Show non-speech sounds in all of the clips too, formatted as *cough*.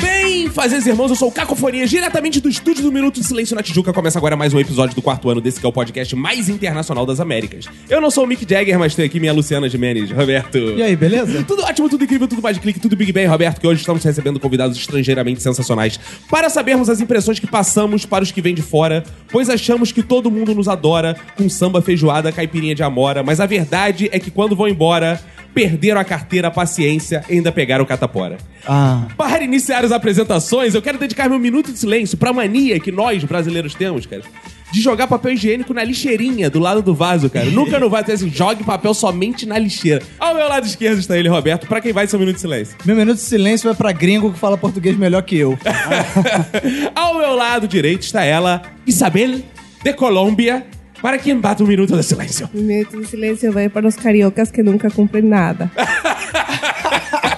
Bem, fazeres irmãos, eu sou o Cacofonia, diretamente do estúdio do Minuto de Silêncio na Tijuca. Começa agora mais um episódio do quarto ano desse que é o podcast mais internacional das Américas. Eu não sou o Mick Jagger, mas tenho aqui minha Luciana Gimenez, Roberto. E aí, beleza? Tudo ótimo, tudo incrível, tudo mais de clique, tudo Big Bang, Roberto, que hoje estamos recebendo convidados estrangeiramente sensacionais para sabermos as impressões que passamos para os que vêm de fora, pois achamos que todo mundo nos adora com samba, feijoada, caipirinha de amora, mas a verdade é que quando vão embora, perderam a carteira, a paciência e ainda pegaram o catapora. Ah, Para iniciar as apresentações, eu quero dedicar meu minuto de silêncio pra mania que nós brasileiros temos, cara. De jogar papel higiênico na lixeirinha do lado do vaso, cara. Nunca no vaso. Então, assim, jogue papel somente na lixeira. Ao meu lado esquerdo está ele, Roberto. Pra quem vai, seu minuto de *laughs* silêncio. meu minuto de silêncio vai pra gringo que fala português melhor que eu. Ao meu lado direito está ela, Isabel de Colômbia. Para quem bate um minuto de silêncio. Minuto de silêncio vai para os cariocas que nunca cumprem nada. *laughs*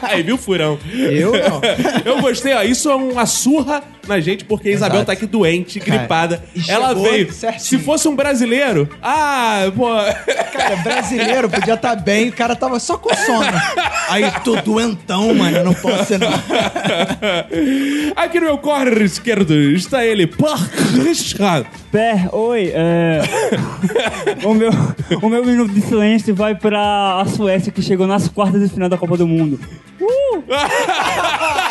Aí, viu, furão? Eu não. *laughs* Eu gostei, ó. Isso é uma surra na gente, porque a Isabel Exato. tá aqui doente, Cara, gripada. É. e chegou Ela veio. certinho. Se fosse um brasileiro, ah, pô. Cara, brasileiro podia estar bem, o cara tava só com sono. Aí, tô doentão, mano, não posso não. é *laughs* Aqui no meu corner esquerdo está ele, Parkrishka. Pé, oi. *laughs* é, o, meu, o meu minuto de silêncio vai pra a Suécia que chegou nas quartas de final da Copa do Mundo.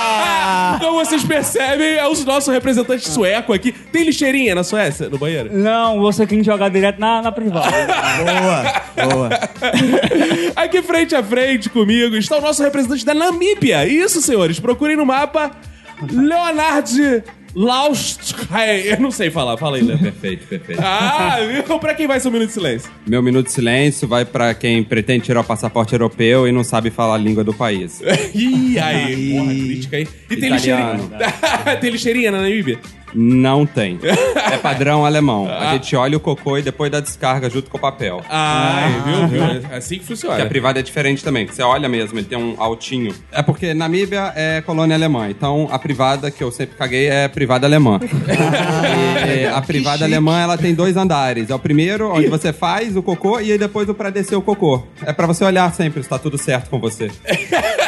Ah. Então vocês percebem, é o nosso representante sueco aqui. Tem lixeirinha na Suécia, no banheiro? Não, você tem que jogar direto na, na privada. Boa, boa. *laughs* Aqui frente a frente comigo está o nosso representante da Namíbia. Isso, senhores, procurem no mapa Leonard Laustkai. Eu não sei falar, fala aí, Leandro. Perfeito, perfeito. Ah, viu? Pra quem vai seu minuto de silêncio? *laughs* Meu minuto de silêncio vai pra quem pretende tirar o passaporte europeu e não sabe falar a língua do país. Ih, aí, porra, crítica aí. E tem Italiano. lixeirinha. *laughs* tem lixeirinha na Namíbia? Não tem. É padrão alemão. A gente olha o cocô e depois dá descarga junto com o papel. Ai, Ah. viu, viu? É Assim que Que a funciona. privada é diferente também, que você olha mesmo, ele tem um altinho. É porque Namíbia é colônia alemã, então a privada que eu sempre caguei é privada *laughs* alemã. E É, a privada alemã, ela tem dois andares. É o primeiro, onde você faz o cocô, e aí depois o pra descer o cocô. É pra você olhar sempre se tá tudo certo com você.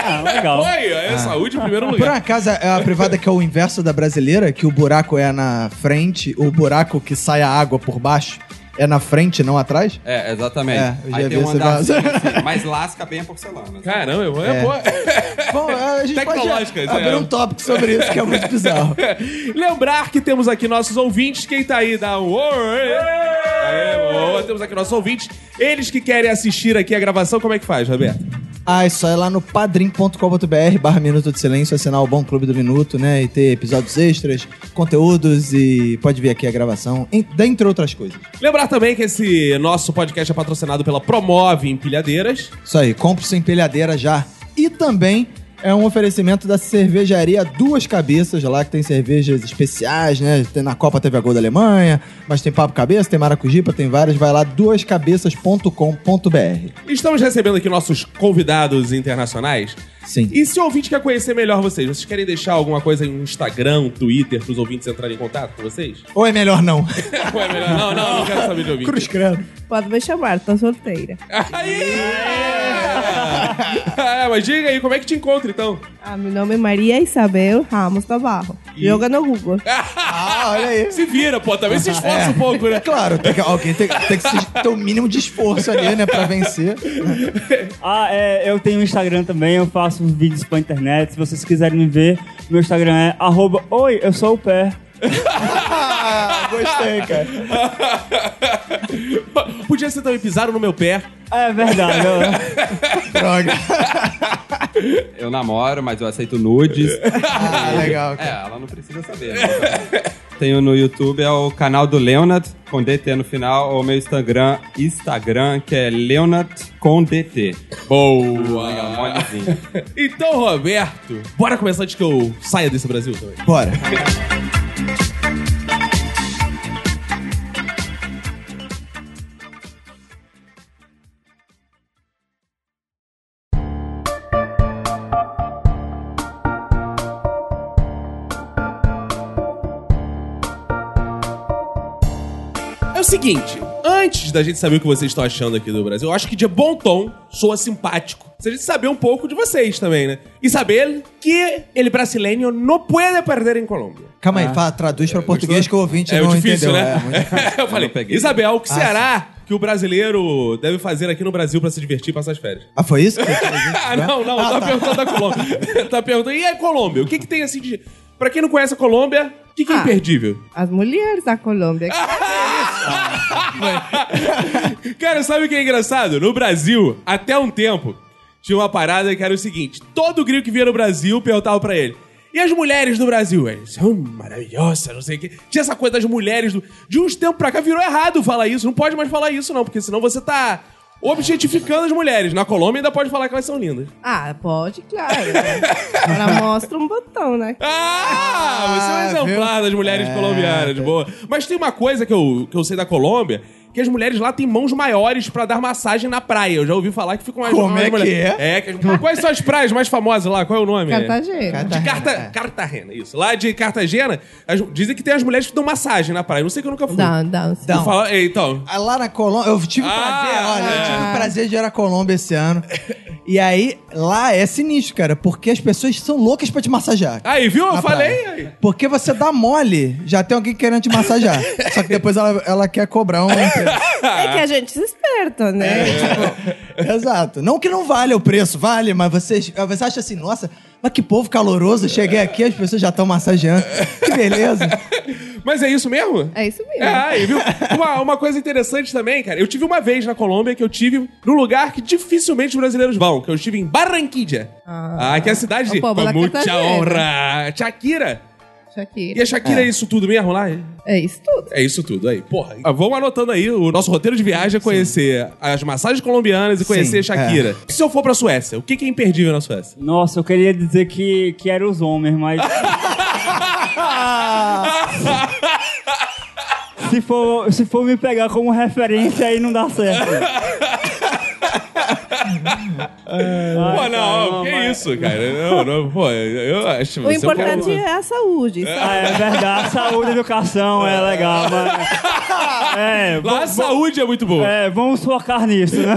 Ah, legal. Oi, é saúde em primeiro Por lugar. acaso, é a privada que é o inverso da brasileira, que o buraco é na frente, o buraco que sai a água por baixo é na frente, não atrás? É, exatamente. É, eu já Aí vi tem um esse andar vaso. assim, mas lasca bem a porcelana. Caramba, irmão, é boa. Bom, a gente pode Tecnológicas, abrir é. um tópico sobre isso, que é muito bizarro. *laughs* Lembrar que temos aqui nossos ouvintes. Quem tá aí, dá um oi. Aê, boa. Temos aqui nossos ouvintes. Eles que querem assistir aqui a gravação, como é que faz, Roberto? Ah, é só ir lá no padrim.com.br barra Minuto de Silêncio, assinar o Bom Clube do Minuto, né? E ter episódios extras, conteúdos e pode ver aqui a gravação, en- dentre outras coisas. Lembrar também que esse nosso podcast é patrocinado pela Promove Empilhadeiras. Isso aí, compre sua empilhadeira já. E também é um oferecimento da cervejaria Duas Cabeças, lá que tem cervejas especiais, né? Tem- Na Copa teve a Gol da Alemanha, mas tem Papo Cabeça, tem Maracujipa, tem várias. Vai lá, duascabeças.com.br. Estamos recebendo aqui nossos convidados internacionais. Sim. E se o ouvinte quer conhecer melhor vocês, vocês querem deixar alguma coisa em Instagram, Twitter, pros ouvintes entrarem em contato com *laughs* vocês? Ou é melhor não? Ou é melhor? Não, não, não quero *laughs* saber de ouvinte. Cruz credo. Pode me chamar, tá solteira. Aí! é, mas diga aí, como é que te encontra, então? Ah, meu nome é Maria Isabel Ramos Navarro. Joga no Google. Ah, olha aí. Se vira, pô, também se esforça um pouco, É né? claro, tem que, alguém tem, tem que se- ter o mínimo de esforço ali, né, pra vencer. Ah, é, eu tenho um Instagram também, eu faço uns vídeos pra internet. Se vocês quiserem me ver, meu Instagram é arroba oi, eu sou o pé. Ah, *laughs* gostei, cara. *laughs* Podia ser também pisaram no meu pé. É verdade. eu- Droga. *laughs* Eu namoro, mas eu aceito nudes. Ah, legal, É, cara. ela não precisa saber. né? tenho no YouTube é o canal do Leonard, com DT no final, ou meu Instagram, Instagram, que é Leonard com DT. Legal, um Boa! molezinho. Então, Roberto, bora começar antes que eu saia desse Brasil também. Bora. É o seguinte, antes da gente saber o que vocês estão achando aqui do Brasil, eu acho que de bom tom soa simpático. Se a gente saber um pouco de vocês também, né? E saber que ele é brasileiro não pode perder em Colômbia. Calma aí, fala, traduz pra português que o ouvinte Ah. É não difícil, entendeu. né? É, muito difícil. *laughs* eu falei, Eu não peguei. Isabel, o que Ah, será que o brasileiro deve fazer aqui no Brasil pra se divertir e passar as férias? Ah, foi isso? Que Ah, não, não, tá, perguntando da *laughs* Colômbia. tá perguntando, e a Colômbia? O que que tem assim de... Pra quem não conhece a Colômbia, o que que é Ah. imperdível? As mulheres da Colômbia. Cara, sabe o que é engraçado? No Brasil, até um tempo, tinha uma parada que era o seguinte: todo gringo que via no Brasil perguntava pra ele. E as mulheres do Brasil? Eles são maravilhosas, não sei o quê. Tinha essa coisa das mulheres. Do... De uns tempos pra cá virou errado falar isso. Não pode mais falar isso, não, porque senão você tá objetificando as mulheres. Na Colômbia ainda pode falar que elas são lindas. Ah, pode, claro. Ela mostra um botão, né? Ah, você é um Ah, exemplar das mulheres colombianas, boa. Mas tem uma coisa que eu, que eu sei da Colômbia, que as mulheres lá têm mãos maiores pra dar massagem na praia. Eu já ouvi falar que ficam as Como as é que mulheres- É, que as- quais são as praias mais famosas lá? Qual é o nome? Cartagena. Carta- De Carta... Cartagena, isso. Lá de Cartagena, as- dizem que tem as mulheres que dão massagem na praia. Não sei que eu nunca fui. Dá, dá. Dá. Eu falo- é, então, Ah, Lá na Colômbia, eu tive o Ah, prazer, olha, eu tive é. o prazer de ir à Colômbia esse ano. E aí, lá é sinistro, cara, porque as pessoas são loucas pra te massagear. aí, viu? Eu Na falei. praia. aí. Porque você dá mole, já tem alguém querendo te massagear. Só que depois ela, ela quer cobrar um. *laughs* É que a gente se esperta, né? *laughs* Exato. Não que não valha o preço, vale, mas você, você acha assim, nossa, mas que povo caloroso, eu cheguei aqui, as pessoas já estão massageando. *laughs* Que beleza. Mas é isso mesmo? É isso mesmo. É, aí, viu? Uma, uma coisa interessante também, cara. Eu tive uma vez na Colômbia que eu tive num lugar que dificilmente os brasileiros vão, que eu estive em Barranquilla. Ah, Ah. que é a cidade de O povo da com muita Cartagena. honra. Shakira. Shakira. E a Shakira é. isso tudo mesmo lá? É isso tudo. É isso tudo aí. Porra. Ah, Vamos anotando aí, o nosso roteiro de viagem é conhecer as massagens colombianas e conhecer a Shakira. Se eu for pra Suécia, o que que é imperdível na *laughs* Suécia? Nossa, eu queria dizer que, que eram os homens, mas. se, for, se for me pegar como referência, aí não dá certo. pô, não, caramba, que mas- isso, cara. Não, não, pô, eu acho... O você é um cara- importante é a saúde. Ah, é verdade. Saúde, educação é legal, *laughs* mas. É, Lá a saúde é muito boa. é, vamos focar nisso, né?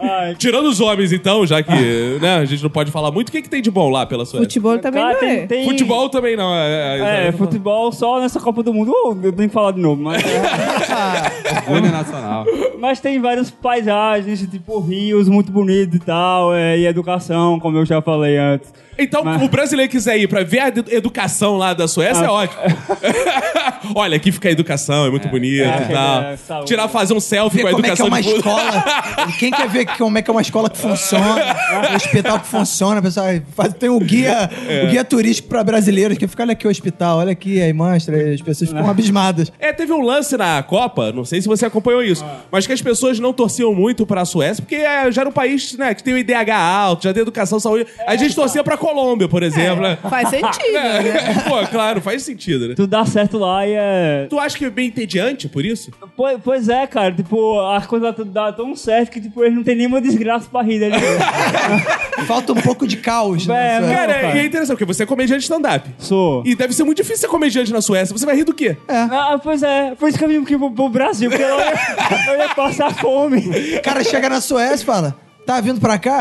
Ai, Tirando os homens, então, já que *laughs* né, a gente não pode falar muito, o que, que tem de bom lá pela Suécia? Futebol também cara, não é. Tá, tem- tem- Futebol também não. É, é, É, futebol só nessa Copa do Mundo. Oh, eu tenho que falar de novo, mas. é. *laughs* Ah. Orgulho nacional. Mas tem várias paisagens, tipo rios muito bonitos e tal, é, e educação, como eu já falei antes. Então, Mas- Ah. o brasileiro quiser ir pra ver a edu- educação lá da Suécia, é ótimo. *laughs* Olha, aqui fica a educação, é muito bonito é, e tal. é, saúde. Tirar, fazer um selfie Ver com a como é que é educação uma de Buda. escola. Quem quer ver como é que é uma escola que funciona, um hospital que funciona, pessoal, faz- tem o guia, É. o guia turístico pra brasileiros, que fica, olha aqui o hospital, olha aqui, aí mostra, e as pessoas ficam abismadas. *laughs* É, teve um lance na Copa, não sei se você acompanhou isso, Ah. mas que as pessoas não torciam muito pra Suécia, porque é, já era um país né, que tem o IDH alto, já tem educação, saúde. É, a gente então. torcia pra Colômbia, por exemplo. né? Faz sentido, né? É. *laughs* Pô, claro, faz sentido, né? Tudo dá certo lá e é. Tu acha que é bem entediante por isso? Pois, pois é, cara, tipo, as coisas lá tudo dá tão certo que, tipo, eles não tem nenhuma desgraça pra rir *laughs* né? dele. Falta um pouco de caos. É, né? Cara, cara. e é interessante, porque você é comediante de stand-up. Sou. E deve ser muito difícil ser comediante na Suécia. Você vai rir do quê? Ah, pois é, por isso que eu vim aqui pro, pro Brasil, porque eu ia, eu ia passar fome. O cara chega na Suécia e fala. Tá vindo *laughs* pra cá?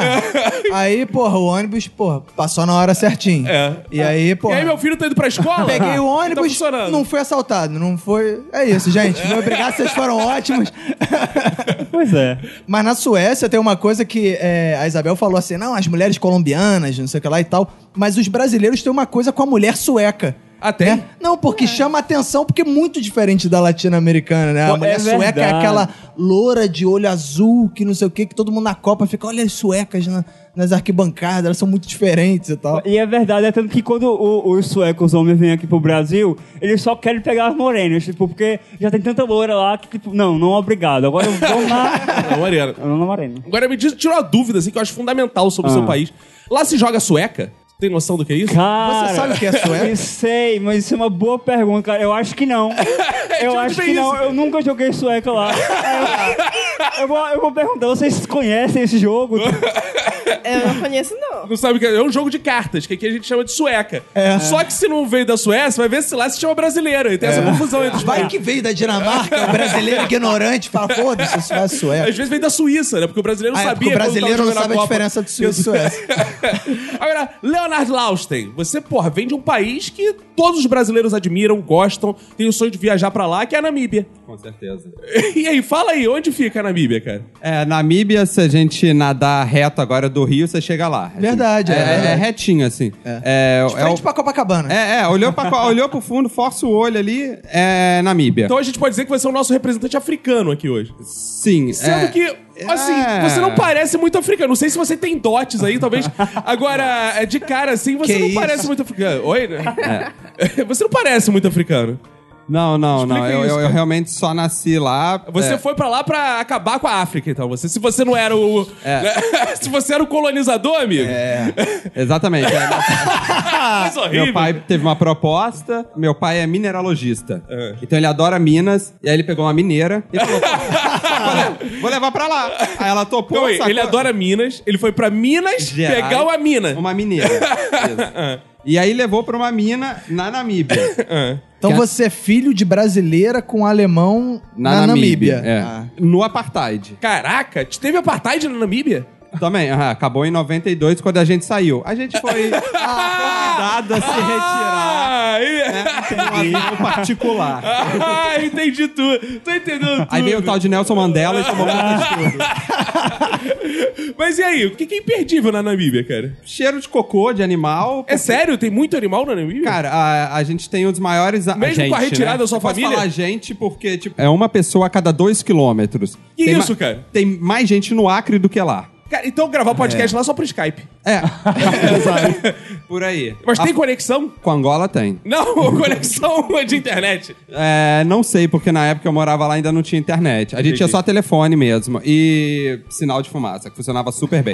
Aí, porra, o ônibus, porra, passou na hora certinho. É. E aí, porra. E aí, meu filho tá indo pra escola? Peguei o Tá ônibus, funcionando. não foi assaltado, não foi. É isso, gente. Muito Obrigado, vocês *laughs* foram ótimos. Pois é. Mas na Suécia tem uma coisa que é, a Isabel falou assim: não, as mulheres colombianas, não sei o que lá e tal. Mas os brasileiros têm uma coisa com a mulher sueca. Ah, tem? né? Não, porque chama atenção, porque é muito diferente da latino-americana, né? Pô, A mulher é sueca é verdade. aquela loura de olho azul, que não sei o que, que todo mundo na Copa fica, olha as suecas na- nas arquibancadas, elas são muito diferentes e tal. E é verdade, é tanto que quando o- os suecos homens vêm aqui pro Brasil, eles só querem pegar as morenas, tipo, porque já tem tanta loira lá que, tipo, não, não obrigado. Agora eu vou na. Não, Mariana. eu vou na morena. Agora me diz, tira uma dúvida, assim, que eu acho fundamental sobre o Ah. seu país. Lá se joga sueca? Tem noção do que é isso? Cara, Você sabe o que é sueco? Eu sei, mas isso é uma boa pergunta, cara. Eu acho *laughs* que não. eu tipo acho que isso. não. Eu nunca joguei sueco lá. Aí Eu, eu vou, eu vou perguntar, vocês conhecem esse *laughs* jogo? Eu não conheço, não. Não sabe o que é? É um jogo de cartas, que aqui a gente chama de sueca. É. Só que se não veio da Suécia, vai ver se lá se chama brasileira. E tem essa confusão entre os É. Vai que veio da Dinamarca, o brasileiro ignorante, fala, foda-se, isso é Às sueco. vezes vem da Suíça, né? Porque o brasileiro não Ah, é, porque sabia. o quando tava brasileiro não jogando a sabe a Copa. diferença É de Suíça e Suécia. *laughs* Agora, Leonard Lausten, você, porra, vem de um país que todos os brasileiros admiram, gostam, tem o sonho de viajar pra lá, que é a Namíbia. *laughs* Com certeza. E aí, fala aí, onde fica a Namíbia, cara? É, Namíbia, se a gente nadar reto agora do Rio, você chega lá. Verdade, é. é verdade. É, retinho, assim. É, é, De frente o- pra Copacabana. é, é, olhou, pra, co- olhou pro fundo, força o olho ali, é Namíbia. Então a gente pode dizer que você é o nosso representante africano aqui hoje. Sim. Sendo é. que, assim, É. você não parece muito africano. Não sei se você tem dotes aí, talvez. Agora, é de cara assim, você Que não isso? parece muito africano. Oi? né? *laughs* Você não parece muito africano. Não, não, não. Explica Eu, isso, eu- eu cara. realmente só nasci lá. Você é. foi pra lá pra acabar com a África, então. Você, se você não era o. É. né? *laughs* se você era o colonizador, amigo. *laughs* Exatamente. é. Coisa horrível. Meu pai teve uma proposta. Meu pai é mineralogista. É. Então ele adora Minas. E aí ele pegou uma mineira e falou: "Vou le- Vou levar pra lá. Aí ela topou. Calma aí, sacou- ele adora Minas. Ele foi pra Minas Gerais, pegar uma mina. *laughs* Ah, Uma mineira. Isso. e aí levou pra uma mina na Namíbia. Então Que- você é filho de brasileira com alemão Na, na, Namíbia. Namíbia. é. Ah. No apartheid. Caraca, te teve apartheid na Namíbia? Também, aham, acabou em 92 quando a gente saiu. A *laughs* gente foi convidado a se retirar. né, É, Ah, aí- Num avião um *laughs* particular. Ah, entendi tudo. Tô entendendo tudo. Aí veio o tal de Nelson Mandela e tomou conta de tudo. *laughs* Mas e aí? O que que é imperdível na Namíbia, cara? Cheiro de cocô de animal. É sério? Tem muito animal na Namíbia? Cara, a, a gente tem os maiores. a- Mesmo com a gente, retirada né? da sua Eu posso família? falar gente porque, tipo, é uma pessoa a cada dois quilômetros. Que Tem isso, ma- cara? Tem mais gente no Acre do que lá. Cara, então gravar podcast lá só pro Skype. *laughs* É. *laughs* Por aí. Mas A- tem conexão? Com Angola tem. Não, *laughs* conexão de internet. É, não sei, porque na época eu morava lá e ainda não tinha internet. A gente tinha só telefone mesmo e sinal de fumaça, que funcionava *laughs* super bem.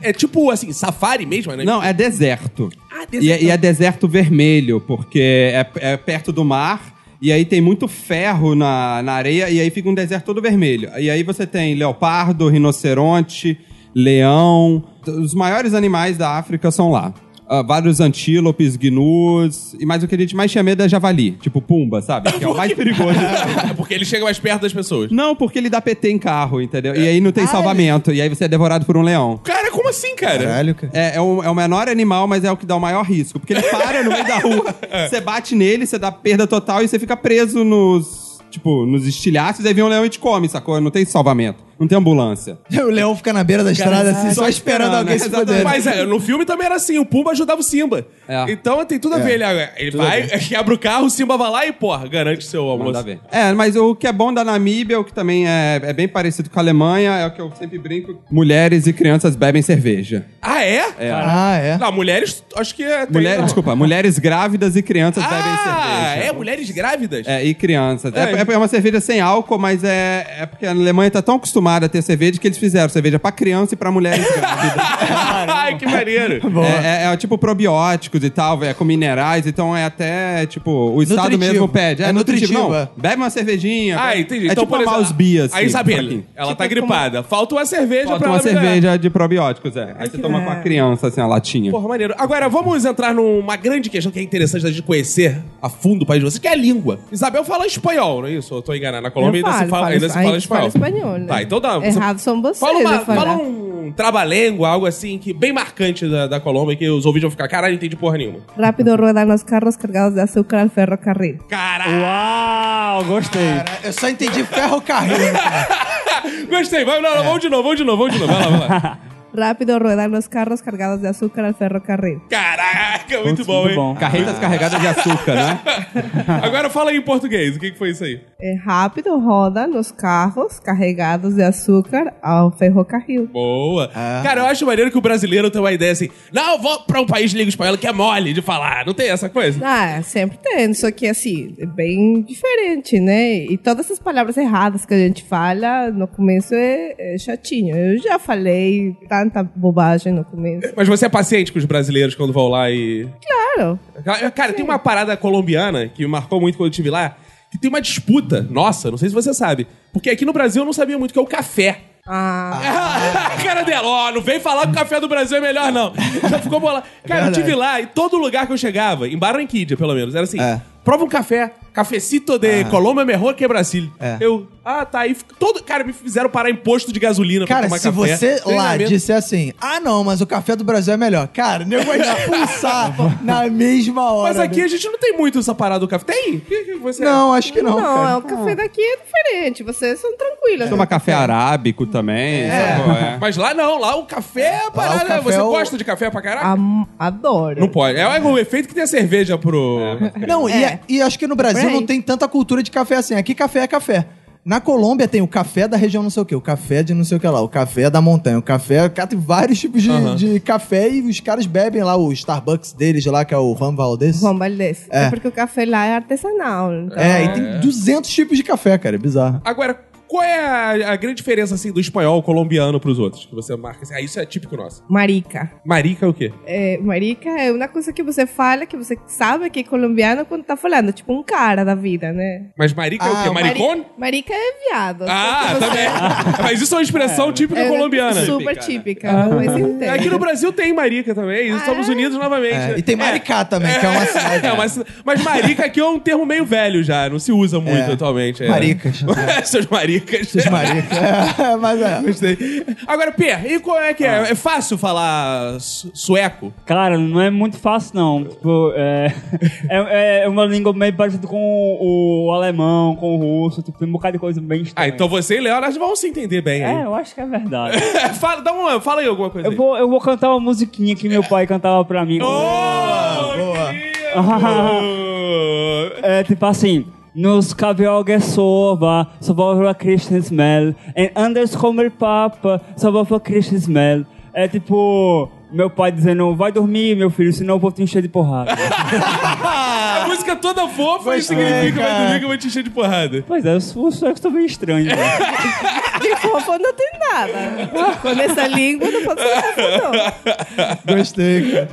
É tipo, assim, safari mesmo, né? Não, é deserto. Ah, deserto. E é, e é deserto vermelho, porque é, é perto do mar. E aí tem muito ferro na, na areia, e aí fica um deserto todo vermelho. E aí você tem leopardo, rinoceronte, leão. Os maiores animais da África são lá. Ah, vários antílopes, gnus. E mais o que a gente mais tinha medo é javali. Tipo pumba, *laughs* sabe? Que é o mais perigoso. É *laughs* porque ele chega mais perto das pessoas. não, porque ele dá PT em carro, entendeu? É. E aí não Ah, tem salvamento. E aí você é devorado por um leão. Cara, como assim, cara? Caralho, cara. É, é, o, é o menor animal, mas é o que dá o maior risco. Porque ele para no meio *laughs* da rua, É. você bate nele, você dá perda total e você fica preso nos. Tipo, nos estilhaços, aí vem um leão e te come, sacou? Não tem salvamento, não tem ambulância. *laughs* O leão fica na beira da estrada, assim, só esperando esperando, alguém né? se fuder. Mas é, no filme também era assim, o Pumba ajudava o Simba. É. Então tem tudo a ver. Ele, ele vai, *laughs* quebra o carro, o Simba vai lá e, porra, garante seu almoço. Manda ver. É, mas o que é bom da Namíbia, o que também é, é bem parecido com a Alemanha, é o que eu sempre brinco: mulheres e crianças bebem cerveja. Ah, é? Ah, é. Não, mulheres, acho que é. tem, Mulher, não. desculpa, mulheres grávidas e crianças bebem Ah, cerveja. é mulheres grávidas? É, e crianças. É. É, é uma cerveja sem álcool, mas é, é porque a Alemanha tá tão acostumada a ter cerveja que eles fizeram cerveja pra criança e pra mulheres *laughs* grávidas. *laughs* Ai, que maneiro. *laughs* é, é, é tipo probióticos e tal, é com minerais, então é até, tipo, o estado Nutritivo. mesmo pede. É, É nutritivo, nutritivo, não. é. Bebe uma cervejinha. Ah, bebe- entendi. É então, tipo por uma exemplo, Mausbia, assim. A Isabela, pouquinho. ela tá gripada. Falta uma cerveja Bota pra uma ela melhorar. cerveja de probióticos, é. Aí você toma com a criança, assim, a latinha. Porra, maneiro. Agora, vamos entrar numa grande questão que é interessante da gente conhecer a fundo o país de vocês, que é a língua. Isabel fala espanhol, não é isso? Eu tô enganado. Na Colômbia Eu ainda, se falo, fala, falo ainda espa- se fala a gente fala espanhol. espanhol, né? Tá, então dá. Errado são vocês, Fala, eu falar. fala um trabalíngua, algo assim, que bem marcante da, da Colômbia, que os ouvintes vão ficar, caralho, não entendi porra nenhuma. Rápido ruedan los carros cargados de azúcar al ferrocarril. Caralho! Uau, gostei. Cara, eu só entendi né? ferro carril. *laughs* *laughs* Gostei, vai, não, não, vamos de novo, vamos de novo, vamos de novo. Vai lá, vai lá. Rápido ruedan los carros cargados de azúcar al ferrocarril. Caraca, muito Putz, bom, muito hein? *laughs* bom. Carretas carregadas de açúcar, né? Agora fala aí em português, o que, que foi isso aí? É, rápido rodan los carros carregados de azúcar ao ferrocarril. Boa. Cara, eu acho maneiro que o brasileiro tem uma ideia assim, não, eu vou pra um país de língua espanhola que é mole de falar, não tem essa coisa? Ah, sempre tem, só que assim, é bem diferente, né? E todas essas palavras erradas que a gente fala no começo é, é chatinho. Eu já falei tanta bobagem no começo. Mas você é paciente com os brasileiros quando vão lá e... Claro, Cara, cara, tem uma parada colombiana que me marcou muito quando eu estive lá, que tem uma disputa, nossa, não sei se você sabe, porque aqui no Brasil eu não sabia muito, que é o café. Ah. A *laughs* cara dela, ó, não vem falar que o café do Brasil é melhor, não. Já ficou bolado. Cara, eu tive lá e todo lugar que eu chegava, em Barranquilla, pelo menos, era assim: É. prova um café, cafecito de Colômbia melhor que Brasil. É. Eu, ah, tá. aí fico- todo, cara, me fizeram parar em posto de gasolina pra Cara, tomar se café. você lá Treinamento. disser assim, ah não, mas o café do Brasil é melhor. Cara, o nego *laughs* vai te pulsar na mesma hora. Mas aqui né? a gente não tem muito essa parada do café. Tem? O que, que você Não, acho que não. Não, cara. é o café daqui é diferente. Vocês são tranquilos. É. Toma É. café arábico também. sabe qual é? Mas lá não, lá o café é parada. o café você é o- Ah, gosta de café pra caralho? Am- adoro. Não pode. É o efeito que tem a cerveja pro. Não, e- É. e, acho que no Brasil Bem. não tem tanta cultura de café assim. Aqui café é café. Na Colômbia tem o café da região não sei o que, o café de não sei o que lá, o café da montanha, o café. Cara, tem vários tipos de, de café e os caras bebem lá o Starbucks deles lá, que é o Juan Valdez. Juan Valdez. É. porque o café lá é artesanal. então- É, e tem 200 tipos de café, cara, é bizarro. Agora, qual é a, a grande diferença assim do espanhol colombiano pros outros? Que você marca assim, ah, isso é típico nosso. Marica. Marica é o quê? É, marica é uma coisa que você fala, que você sabe que é colombiano quando tá falando. Tipo um cara da vida, né? Mas marica é o Ah, quê? o Maricone? Mari- Marica é viado. Ah, só que *laughs* também. Mas isso é uma expressão típica né? é colombiana. Super típica. Mas entende. Aqui no Brasil tem marica também. e Estamos unidos novamente. É, né? e tem Maricá também, que é uma cidade. É, mas, mas marica aqui é um termo meio velho já, não se usa muito É. atualmente. é. *laughs* Maricas. Seus maricas. Esses *laughs* maricas. É, mas é. Gostei. Agora, Pierre, e qual é que Ah. é? É fácil falar su- sueco? Cara, não é muito fácil, não. Tipo, é, *laughs* é, é uma língua meio parecida com o, o alemão, com o russo. Tipo, tem um bocado de coisa bem Ah, estranha. então você e Leonardo vão se entender bem É, aí. eu acho que é verdade. *laughs* fala, dá uma, fala aí alguma coisa *laughs* eu, aí. vou, eu vou cantar uma musiquinha que meu pai cantava pra mim. Oh, Boa. querido. É tipo assim. Nos kaviager sova, sova för kristen smäll. En Anders kommer pappa, sova för kristen smäll. É tipo, meu pai dizendo, vai dormir, meu filho, senão eu vou te encher de porrada. A música é toda fofa e Gostei, significa que vai cara. dormir que eu vou te encher de porrada. pois é, os os suecos estão meio estranhos. *laughs* né? De fofo Tipo, não tem nada. Com essa língua não pode ser fofo, não. Gostei, cara.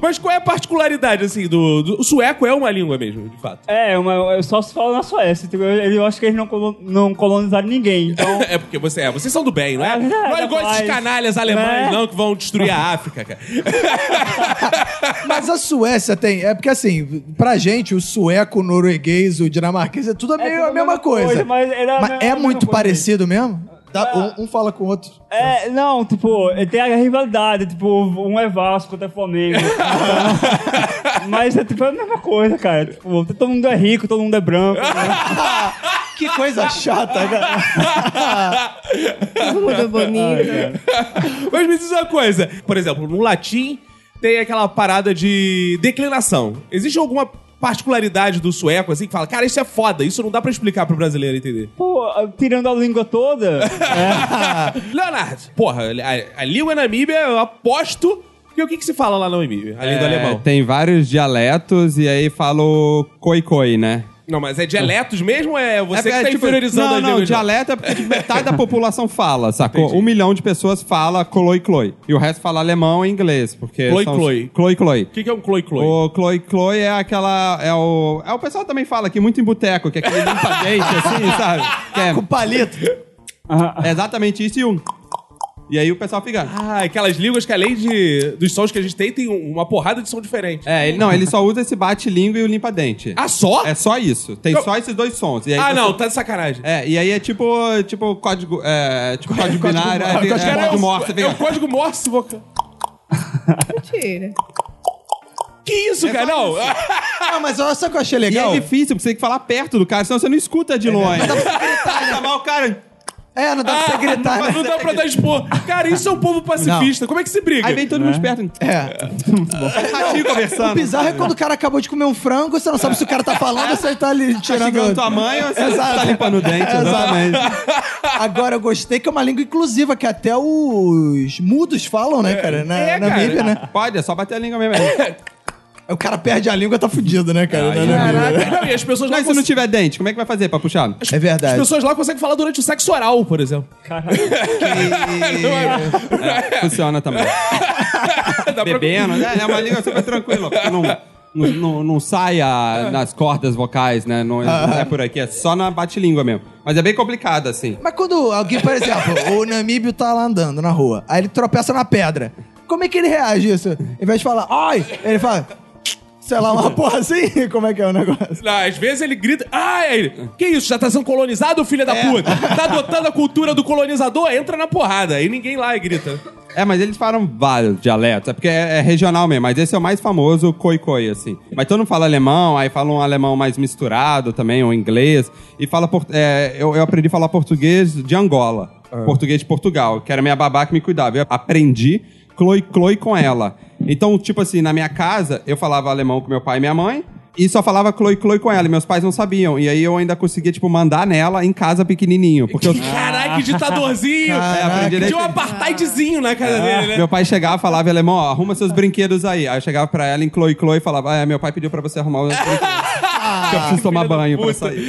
Mas qual é a particularidade, assim, do, do- O sueco é uma língua mesmo, de fato. *laughs* É, uma, só se fala na Suécia. entendeu? Eu, eu acho que eles não, colo- não colonizaram ninguém. Então, É porque você é, vocês são do bem, não é? É verdade, não é igual esses rapaz. canalhas alemães, Né? não, que vão destruir a África, cara. Mas a Suécia tem. É porque assim, pra gente, o sueco, o norueguês, o dinamarquês, *laughs* é tudo, É meio, tudo a mesma coisa. mas era a Mas mesma- é mesma muito coisa. parecido mesmo? Dá- um- um, fala com o outro. É, não, tipo, tem a rivalidade. Tipo, um é Vasco, outro *laughs* é Flamengo. Então, mas é tipo, é a mesma coisa, cara. Tipo, todo mundo é rico, todo mundo é branco. né? Que *laughs* coisa chata, cara. Todo mundo é bonito. *laughs* *laughs* Mas me diz uma coisa. Por exemplo, no latim tem aquela parada de declinação. Existe alguma particularidade do sueco, assim, que fala, cara, isso é foda, isso não dá pra explicar pro brasileiro *laughs* entender. *laughs* Pô, tirando a língua toda. né? Leonardo, porra, a, a língua é namíbia, eu aposto... Porque o que, que se fala lá na Namíbia, além do É, alemão? Tem vários dialetos e aí falo coi-coi, né? Não, mas é dialetos mesmo ou é você É, que é, tá tipo, inferiorizando Não, as não, línguas? dialeto é porque tipo, *laughs* metade da população fala, sacou? Um milhão de pessoas fala cloi cloi. E o resto fala alemão e inglês, porque. Cloi, são os- cloi. Cloi cloi. O que, que é um cloi-cloi? O cloi cloi é aquela. É o. É o pessoal também fala aqui muito em boteco, que é aquele *laughs* limpa dente, assim, sabe? Que é- Com palito. é exatamente isso e um. E aí o pessoal fica. Ah, aquelas línguas que além de, dos sons que a gente tem, tem um, uma porrada de som diferente. É, ele, não, ele só usa esse bate-língua e o limpa-dente. Ah, só? É só isso. Tem Eu- só esses dois sons. E aí ah, você- não, tá de sacanagem. É, e aí é tipo, tipo código, é, tipo código, binário, é, Os é, caras código o- morse. é fica- o código morse, vocal. é Mentira. Que isso, É cara? só Não. Ah, mas olha só o que eu achei E legal. é difícil, porque você tem que falar perto do cara, senão você não escuta de longe. Vai chamar tá o cara. É, não dá pra você gritar, Mas né? ah, não dá pra dar expor. Cara, isso é um povo pacifista. Como é que se briga? Aí vem todo mundo esperto. É. Ratinho conversando. O bizarro é quando o cara acabou de comer um frango, você não sabe se o cara tá falando ou se ele tá ali Chegando tirando. tua mãe ou você Exato. tá limpando o dente. Exato. Exatamente. Agora eu gostei que é uma língua inclusiva, que até os mudos falam, né, cara? Na, é, na cara. Bíblia, né? Pode, é só bater a língua mesmo. O cara perde a língua, tá fudido, né, cara? Na- na Bíblia. Caraca. Não, e as pessoas lá Mas se conseguem- não tiver dente, como é que vai fazer pra puxar? É As verdade. pessoas lá conseguem falar durante o sexo oral, por exemplo. É, funciona também. tá Bebendo, né? É uma língua super tranquila. porque Não, não, não, não sai a- nas cordas vocais, né? Não, não é por aqui, é só na bate-língua mesmo. Mas é bem complicado, assim. Mas quando alguém, por exemplo, *laughs* o Namíbio tá lá andando na rua, aí ele tropeça na pedra, como é que ele reage a isso? Ao invés de falar, ai, ele fala, sei lá, uma porra assim, *laughs* como é que é o negócio? Não, às vezes ele grita. Ah, é ele. Que isso? Já tá sendo colonizado, filha É. da puta? *laughs* Tá adotando a cultura do colonizador? Entra na porrada. Aí ninguém lá grita. É, mas eles falam vários dialetos. É porque é, é regional mesmo. Mas esse é o mais famoso, coi-coi, assim. Mas todo mundo fala alemão, aí fala um alemão mais misturado também, ou inglês. E fala... por- é, eu, eu aprendi a falar português de Angola. Português de Portugal, que era minha babá que me cuidava. Eu aprendi cloi-cloi com ela. Então, tipo assim, na minha casa, eu falava alemão com meu pai e minha mãe. E só falava Chloe Chloe com ela, e meus pais não sabiam. E aí eu ainda conseguia, tipo, mandar nela em casa pequenininho. Porque eu, Caraca, que ditadorzinho. Caraca. Tinha um apartheidzinho na casa dele, né? É, meu pai chegava, falava em alemão, ó, arruma seus brinquedos aí. Aí eu chegava pra ela em Chloe Chloe e falava, ah, é, meu pai pediu pra você arrumar os brinquedos. Ah, que eu preciso tomar banho *laughs* pra sair.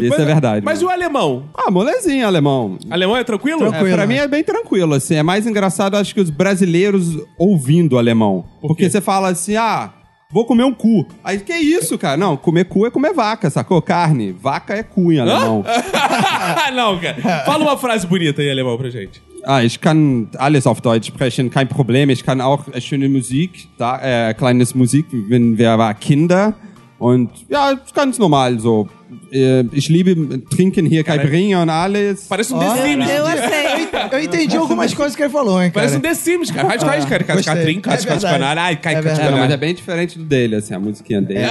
Isso é verdade. Mas e mano. o alemão? Ah, molezinho, alemão. Alemão é tranquilo? É, pra mim é bem tranquilo, assim. É mais engraçado, acho que os brasileiros ouvindo alemão. Porque você fala assim, ah, vou comer um cu. Aí, que isso, cara? Não, comer cu é comer vaca, sacou? Carne. Vaca é cu em alemão. Ah, *laughs* não, cara. Fala uma frase bonita em alemão pra gente. Ah, ich kann alles auf Deutsch sprechen, kein Problem. Ich kann auch äh, schöne Musik, da, äh, kleines Musik, wenn wir waren Kinder. Und ja, ist ganz normal so. Äh, ich liebe Trinken hier, Caipirinha und alles. Parece um The Sims. Eu aceito. É, Eu entendi algumas coisas que ele falou, hein, cara. Parece um The Sims, cara. Faz, faz, cara. gostei. Catrim, É verdade. caticanara. Ai, É cai, verdade. É, não, mas é caticanara. bem diferente do dele, assim, a musiquinha dele.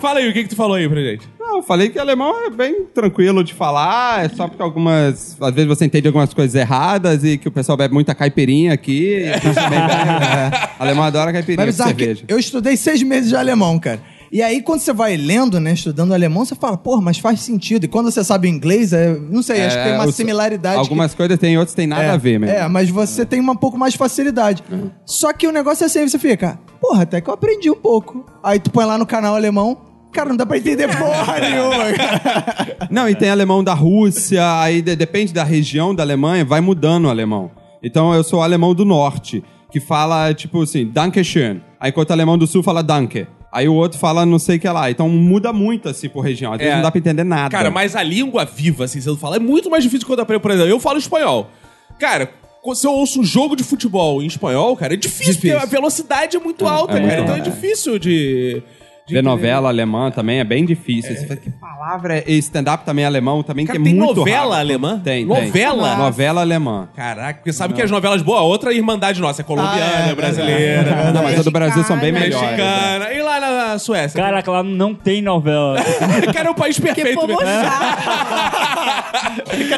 Fala aí, o que que tu falou aí pra gente? Não, eu falei que alemão é bem tranquilo de falar, é só porque algumas. Às vezes você entende algumas coisas erradas e que o pessoal bebe muita caipirinha aqui. E aqui também bebe, é. Alemão adora caipirinha Mas com bizarro que cerveja. eu estudei seis meses de alemão, cara. E aí, quando você vai lendo, né, estudando alemão, você fala, porra, mas faz sentido. E quando você sabe inglês, é- não sei, acho que tem É, uma os- similaridade. que- Algumas coisas tem, outras tem nada é, a ver mesmo. É, mas você tem uma pouco mais de facilidade. Só que o negócio é assim, você fica, porra, até que eu aprendi um pouco. Aí tu põe lá no canal alemão, cara, não dá pra entender porra nenhuma. *laughs* cara. Não, e tem alemão da Rússia, aí de- depende da região da Alemanha, vai mudando o alemão. Então eu sou alemão do norte, que fala tipo assim, Dankeschön. Aí enquanto o alemão do sul fala Danke. Aí o outro fala não sei o que lá. Então muda muito assim por região. Às vezes É. não dá pra entender nada. Cara, mas a língua viva, assim, se eu falar, é muito mais difícil quando eu aprendo, por exemplo, eu falo espanhol. Cara, se eu ouço um jogo de futebol em espanhol, cara, é difícil, Difícil. porque a velocidade é muito alta, cara. muito então é alta. difícil de. de Ver novela alemã também é bem difícil. Você fala, que palavra é e stand-up também alemão também, Cara, que é tem muito novela raro. alemã? Tem, Novela? Tem. Novela alemã. Caraca, porque sabe que as novelas boas, a outra é Irmandade Nossa, é colombiana, Ah, é, é brasileira, Não, mas a do Brasil são bem Mexicana. melhores. né? mexicana. E lá na Suécia? Caraca, lá não tem novela. *laughs* Cara, é um país Que perfeito, povo né?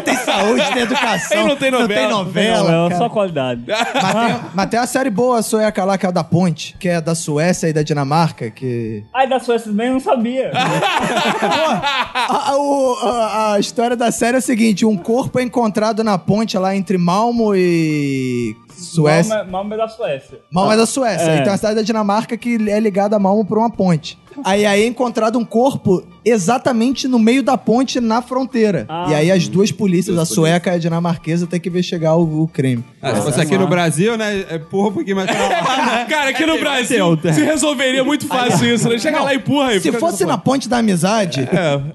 tem saúde, tem educação. Aí não tem Não tem novela. novela. novela, cara. só qualidade. Mas tem, mas tem uma série boa, sueca lá, que é a da Ponte, que é da Suécia e da Dinamarca, que... Ai, da Suécia também eu não sabia. A, a- o- a- a história da série é a seguinte: um corpo é encontrado na ponte lá entre Malmo e. Suécia. Malmo é- Malmo é da Suécia. Malmo é da Suécia. É. Então é a cidade da Dinamarca que é ligada a Malmo por uma ponte. Aí aí é encontrado um corpo exatamente no meio da ponte na fronteira. Ah. E aí as duas polícias, a sueca e a dinamarquesa, tem que ver chegar o, o crime. Ah, se fosse aqui no Brasil, né? É porra um pouquinho mais pra *laughs* lá. *laughs* Cara, aqui no Brasil se resolveria muito fácil isso, né? Chega lá e empurra. e Se fica- fosse na ponte da amizade,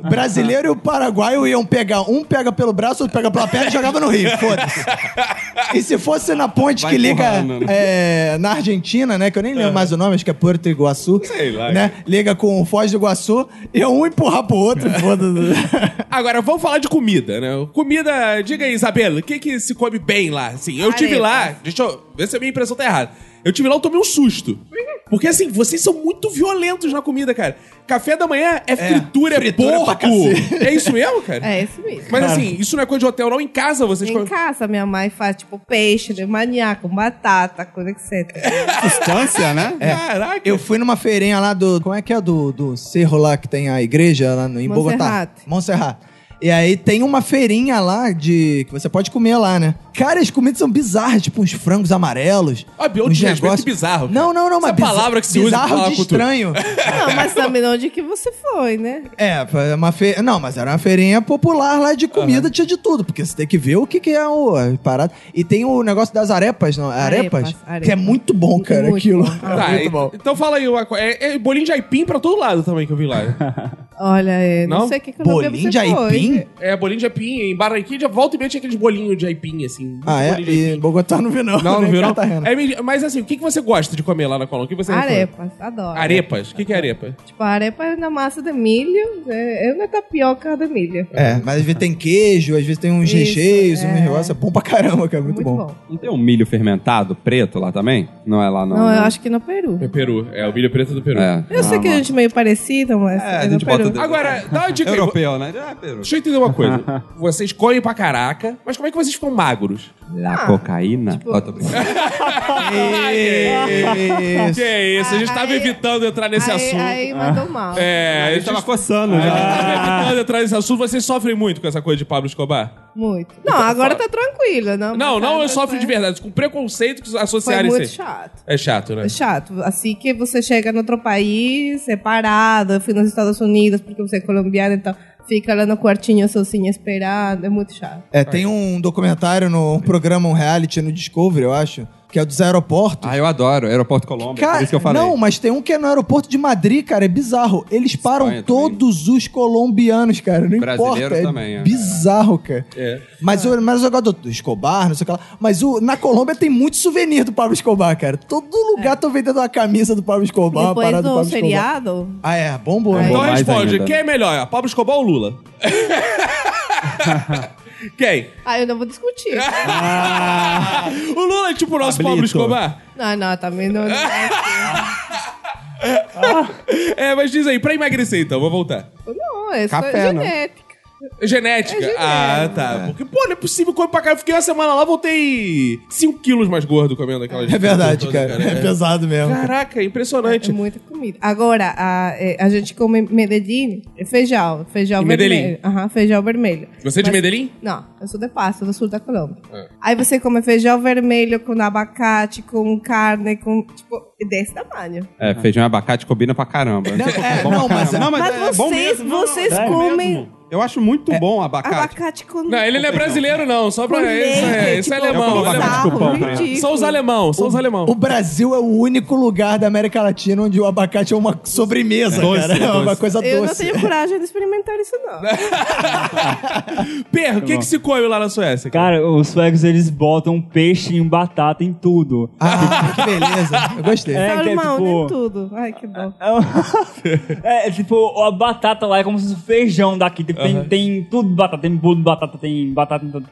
brasileiro e o paraguaio iam pegar. Um pega pelo braço, outro pega pela perna e jogava no rio. Foda-se. E se fosse na ponte Vai que liga empurrando, né? é, na Argentina, né? Que eu nem lembro mais o nome, acho que é Porto Iguaçu. Sei lá, Né? Liga com o Foz do Iguaçu, e um empurrar pro outro. Foda-se. Agora, vamos falar de comida, né? Comida, diga aí, Isabela, o que que se come bem lá? Assim, eu tive Arepas. lá, deixa eu ver se a minha impressão tá errada. Eu tive lá, eu tomei um susto. Porque assim, vocês são muito violentos na comida, cara. Café da manhã é, fritura, é porco. É isso mesmo, cara? É isso mesmo. Mas assim, isso não é coisa de hotel, não. Em casa vocês Em comem. casa, minha mãe faz, tipo, peixe, né, maná, com batata, coisa etc. Substância, né? É. É. Caraca. Eu fui numa feirinha lá do. Como é que é? Do, do cerro lá que tem a igreja lá no, em Bogotá. Monserrate. Monserrat. E aí tem uma feirinha lá de. que você pode comer lá, né? Cara, as comidas são bizarras, tipo uns frangos amarelos. Ah, Beyond uns Desrespeito, que bizarro, cara. Não, não, não, Essa mas. é a palavra que se usa pra bizarro falar de cultura. estranho. *laughs* Não, mas também onde que você foi, né? É, foi uma feira. Não, mas era uma feirinha popular lá de comida, tinha de tudo, porque você tem que ver o que, que é o a parada. E tem o negócio das arepas, não? Arepas? Arepas, arepas. Que é muito bom, cara, Muito aquilo. bom. É Tá, muito e- bom. então fala aí, uma co- é, é bolinho de aipim pra todo lado também que eu vi *laughs* lá. Olha, eu não, Não? sei o que que Ah, eu não lembro Bolinho de aipim? é, bolinho de aipim, em Barranquilla, volta e meia tinha aqueles bolinhos de aipim, assim. Ah, é? Bolinho de aipim. E em Bogotá não né? tá vi, não. Não, Nem não viu, não? Cartagena. É, me- mas assim, o que, que você gosta de comer lá na Colômbia? O que você Arepas, adoro. Arepas? O que, que é arepa? Tipo, arepa é na massa de milho, é, é na tapioca de milho. É, mas às vezes tem queijo, às vezes tem uns Isso, recheios, um é. negócio. É bom pra caramba, cara. Muito, bom. Não tem um milho fermentado preto lá também? Não é lá, não. Não, né? eu acho que no Peru. É Peru. É o milho preto do Peru. É. Eu sei Ah, que a não. gente é meio parecida, mas. É, a no gente bota Peru. de- Agora, dá uma dica aí. Europeu, né? Ah, Peru. Deixa eu entender uma *laughs* coisa. Vocês comem pra caraca, mas como é que vocês ficam *laughs* magros? La cocaína? Ó, tô brincando. *laughs* Que é isso? A gente tava Aí- evitando entrar nesse aí, assunto. Aí mandou mal. É, a Ele gente tava tava Ah. coçando Ah, é. já. evitando entrar nesse assunto. Vocês sofrem muito com essa coisa de Pablo Escobar? Muito. Não, agora tá tranquilo, não. tá, Não, mas não, sabe, eu sofro foi- de verdade. Com preconceito que Foi associaram muito isso aí. chato. É chato, né? É chato. Assim que você chega em outro país, separado, eu fui nos Estados Unidos porque você é colombiano, então fica lá no quartinho sozinha esperando, é muito chato. É, tem um documentário, no, um programa, um reality no Discovery, eu acho, que é o dos aeroportos. Ah, eu adoro. Aeroporto Colômbia, por Cara, isso que eu falei. não, mas tem um que é no aeroporto de Madrid, cara, é bizarro. Eles param Espanha também. todos os colombianos, cara, não Brasileiro importa. também, é. é. Bizarro, cara. É. Mas, o, mas o negócio do, do Escobar, não sei o que lá. Mas o, na Colômbia tem muito souvenir do Pablo Escobar, cara. Todo lugar estão vendendo uma camisa do Pablo Escobar, uma Depois parada É. do do Pablo Escobar. feriado, Ah, é, bombou, Aí- né? Então Mais responde, ainda. quem é melhor, Pablo Escobar ou *laughs* Lula? quem? ah, eu não vou discutir. *laughs* Ah. *laughs* o Lula é tipo o nosso Pablo Escobar? não, Ah, não, também não. né? *laughs* É, mas diz aí, pra emagrecer então, vou voltar. Não, é só Café, né? genética. Genética? É genética. Ah, tá. Porque, pô, não é possível comer pra caralho. Eu Fiquei uma semana lá, voltei 5 quilos mais gordo comendo aquela É verdade, cara. É pesado mesmo. Caraca, impressionante. É muita comida. Agora, a, é, a gente come Medellín, é feijão, feijão Em vermelho. Medellín? Aham, feijão vermelho. Você é de É. Mas- Medellín? Não, eu sou de Pasto, do sul da Colômbia. Aí você come feijão vermelho com abacate, com carne, com, tipo, desse tamanho. É, feijão e abacate combina pra caramba. Não, é, não, mas, não, mas Mas vocês, vocês é comem Eu acho muito bom abacate. abacate com... Não, ele não é brasileiro, não. Só com pra. leite, Isso é, isso é tipo, alemão. bizarro, alemão. ridículo. São os alemão, são os alemão. O Brasil é o único lugar da América Latina onde o abacate é uma sobremesa, Doce, cara. É uma doce. coisa Eu não doce. tenho coragem de experimentar isso, *laughs* não. Perro, o que, que se come lá na Suécia? Cara, os suecos eles botam um peixe em batata em *laughs* tudo. Ah, que beleza. Eu gostei. É, que é Salmão, nem tipo- né? tudo. Ai, que bom. é, tipo, a batata lá é como se fosse feijão daqui. Tipo, tem, tem tudo de batata, tem bolo de batata, tem batata em tudo.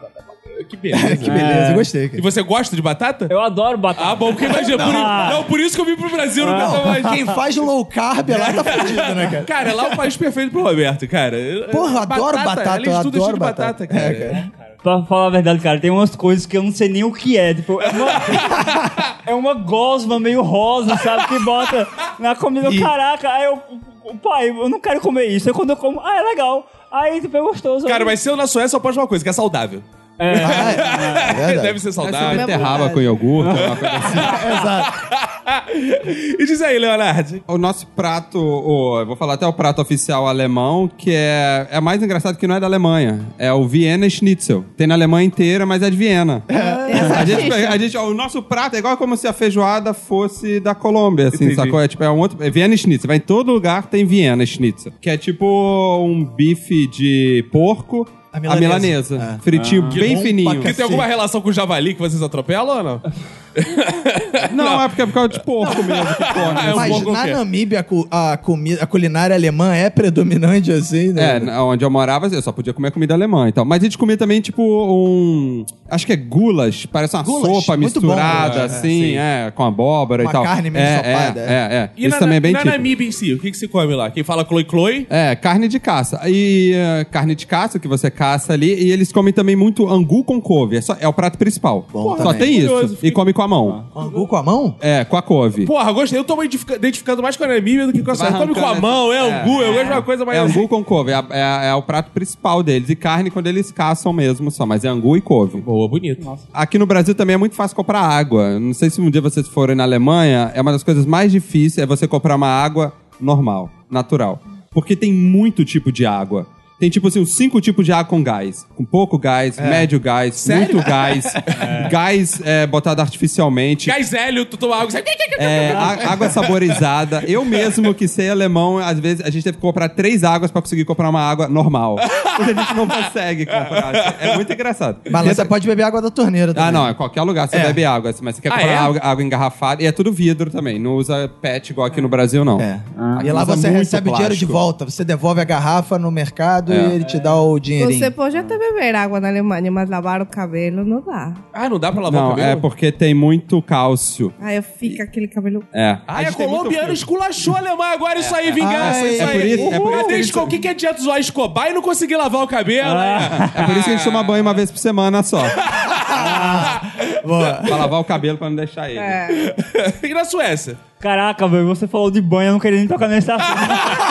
é. Que beleza. Que beleza, eu gostei. E Cara. você gosta de batata? Eu adoro batata. Ah, Ah, bom, porque imagina. Por... Não, por isso que eu vim pro Brasil, não Não, aguento mais. quem faz low carb lá tá fudido, né, *laughs* cara? Cara, lá é o país perfeito pro Roberto, cara. Porra, eu adoro batata, Além de eu tudo, é adoro cheio de batata, batata. cara. É, Pra falar a verdade, cara, tem umas coisas que eu não sei nem o que é. Tipo, é uma, *laughs* é uma gosma meio rosa, sabe? Que bota na comida. Caraca, aí eu. Pai, eu não quero comer isso. Aí quando eu como, ah, é legal. Aí, tipo, é gostoso. Cara, mas se eu na Suécia, só pode uma coisa, que é saudável. *laughs* Ah, é, é verdade. Deve ser Deve saudável. ser beterraba com iogurte, uma coisa assim. *laughs* e diz aí, Leonardo. O nosso prato, o- eu vou falar até o prato oficial alemão, que é, é mais engraçado que não é da Alemanha. É o Viena Schnitzel. Tem na Alemanha inteira, mas é de Viena. Ah. *laughs* A gente, a gente- o nosso prato é igual como se a feijoada fosse da Colômbia, assim, Entendi. sacou? É tipo, é um outro. É Viena Schnitzel. Vai em todo lugar tem Viena Schnitzel. Que é tipo um bife de porco. A A milanesa. milanesa. Ah. Fritinho bem bom pra fininho. Que tem Cacete. alguma relação com o javali que vocês atropelam ou não? Não, é porque é por causa de porco mesmo que come. É um Mas pouco o na quê? Namíbia a, cu- a comida, a culinária alemã é predominante assim, né? É, na- onde eu morava, eu só podia comer comida alemã e tal. Mas a gente comia também, tipo, um. Acho que é gulas, parece uma Gulas, sopa muito bom, misturada, é, assim, é, com abóbora Uma e tal. carne meio é, ensopada, É, é. é, é. E Isso na, também é bem na típico. Namíbia em si, o que, que se come lá? Quem fala Chloe Chloe? É, carne de caça. E eh, carne de caça, que você caça ali. E eles comem também muito angu com couve. É, só- é o prato principal. Bom só também. tem isso. Curioso, fiquei- E come com a mão. Angu com a mão? É, com a couve. Porra, gostei. Eu tô me identifica- identificando mais com a Namíbia do que com a Vai sua. Come com a arrancando, mão, é é, angu, eu gosto de uma coisa mais... É angu com couve. É, a- é a- é o prato principal deles. E carne quando eles caçam mesmo só. Mas é angu e couve. Boa, bonito. Nossa. Aqui no Brasil também é muito fácil comprar água. Não sei se um dia vocês forem na Alemanha, é uma das coisas mais difíceis é você comprar uma água normal, natural. Porque tem muito tipo de água. Tem tipo assim, uns cinco tipos de água com gás. Com pouco gás, médio gás, muito gás, gás é, botado artificialmente. Gás é hélio, tu toma água, sai... É, a- água saborizada. Eu mesmo que sei alemão, às vezes a gente teve que comprar três águas pra conseguir comprar uma água normal. Porque a gente não consegue comprar. É muito engraçado. Mas lá você *laughs* pode beber água da torneira também. Ah, não, é qualquer lugar você bebe água, assim, mas você quer Ah, comprar é? água, água engarrafada. E é tudo vidro também, não usa PET igual aqui no Brasil, não. É. Aqui E lá Ah, usa você muito recebe o dinheiro de plástico. É. volta. Você devolve a garrafa no mercado e ele te dá o dinheirinho. Você pode até beber água na Alemanha, mas lavar o cabelo não dá. Ah, não dá pra lavar o Não, cabelo? é porque tem muito cálcio. Aí fica aquele cabelo. É. Ah, é colombiano esculachou o alemão agora, isso aí, vingança, Ah, é isso aí. por isso- é por isso Cadê que eles- Esco- O que, que adianta zoar Escobar e não conseguir lavar o cabelo? É *laughs* por isso que a gente toma banho uma vez por semana só. pra lavar o cabelo pra não deixar ele. É, e na Suécia? *laughs* Caraca, velho, você falou de banho, eu não queria nem tocar nesse *laughs* assunto.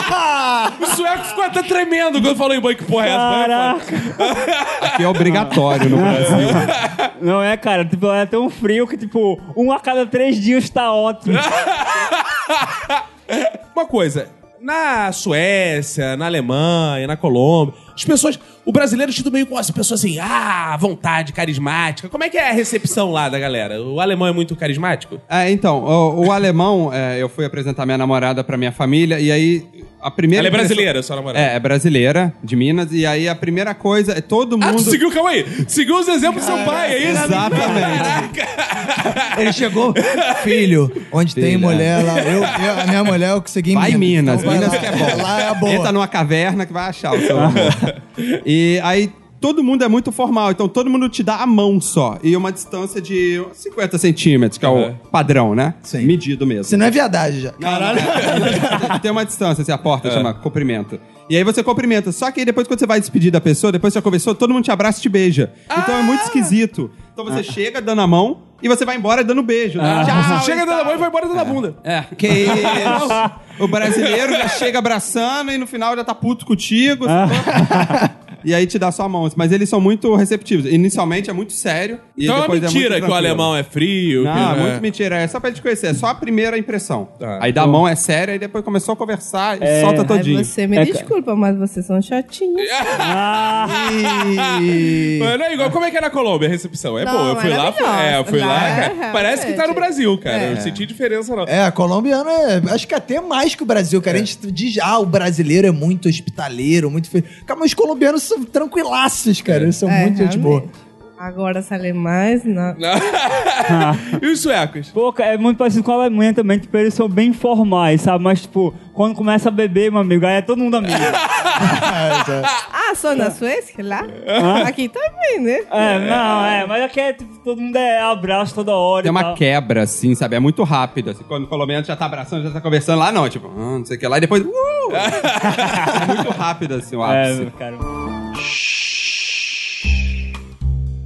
O sueco ficou até tremendo quando falou em banho, que porra é essa? Banho é foda. Caraca. Que é obrigatório no Brasil. Não é, cara, tipo, é tão frio que, tipo, um a cada três dias tá ótimo. *laughs* Uma coisa, na Suécia, na Alemanha, na Colômbia, as pessoas. O brasileiro estuda meio com as pessoas assim, ah, vontade, carismática. Como é que é a recepção lá da galera? O alemão é muito carismático? É, então, o, o alemão, é, eu fui apresentar minha namorada pra minha família, e aí a primeira. Ela é impressão- brasileira, sua namorada. É, é brasileira, de Minas, e aí a primeira coisa é todo Ah, tu mundo. seguiu, calma aí. Seguiu os exemplos do seu pai, é isso? Exatamente. Ele chegou, filho, onde tem Filha. mulher lá. Eu, eu- a minha mulher, eu consegui em Vai Minas, Então vai Minas lá, que é bom. Lá é a boa. Entra numa caverna que vai achar o seu amor. e aí todo mundo é muito formal, então todo mundo te dá a mão só. E uma distância de 50 centímetros, que é o Uhum. padrão, né? Sim. Medido mesmo. Se não é viadagem já. Caralho. *laughs* Tem uma distância, assim, a porta chama cumprimento. E aí você cumprimenta. Só que aí depois, quando você vai despedir da pessoa, depois que já conversou, todo mundo te abraça e te beija. Então é Ah! muito esquisito. Então você chega dando a mão e você vai embora dando beijo. Ah. né? Tchau, Chega e dando a tal. mão e vai embora dando a bunda. É. Que isso? o brasileiro já chega abraçando e no final já tá puto contigo. Ah. sacou? E aí te dá sua mão. Mas eles são muito receptivos. Inicialmente é muito sério. E Então é uma depois é muito mentira que o tranquilo. alemão é frio. que Não, é é. muito mentira. É só pra gente conhecer. É só a primeira impressão. Tá. aí da mão é séria, aí depois começou a conversar e É. solta aí todinho. você me É, ca- desculpa, mas vocês são chatinhos. É, Ah, *laughs* E... Mas não é igual. Como é que é na Colômbia a recepção? É Não, boa. Eu fui lá, fui, é, eu fui lá. maravilhosa. cara. Lá é Parece que tá no realmente. Brasil, cara. É. Eu não senti diferença, não. É, colombiano é. Acho que até mais que o Brasil, cara. A gente diz, ah, o brasileiro é muito hospitaleiro, muito. fe- Cara, mas os colombianos são tranquilaços, cara. Eles são É, muito gente boa. realmente. Agora os alemães, não. *laughs* e os suecos? pô, cara, é muito parecido com a Alemanha também, tipo, eles são bem formais, sabe? Mas, tipo, quando começa a beber, meu amigo, aí é todo mundo amigo. *laughs* Ah, só na Suécia? Lá? Ah. Aqui também, né? É, não, é, mas aqui é, tipo, todo mundo é abraço toda hora Tem e uma tal. quebra, assim, sabe? É muito rápido. Assim, quando o colombiano já tá abraçando, já tá conversando lá, não. é Tipo, ah, não sei o que lá. E depois. Uh! *laughs* é muito rápido, assim, o ápice. Né? É, cara.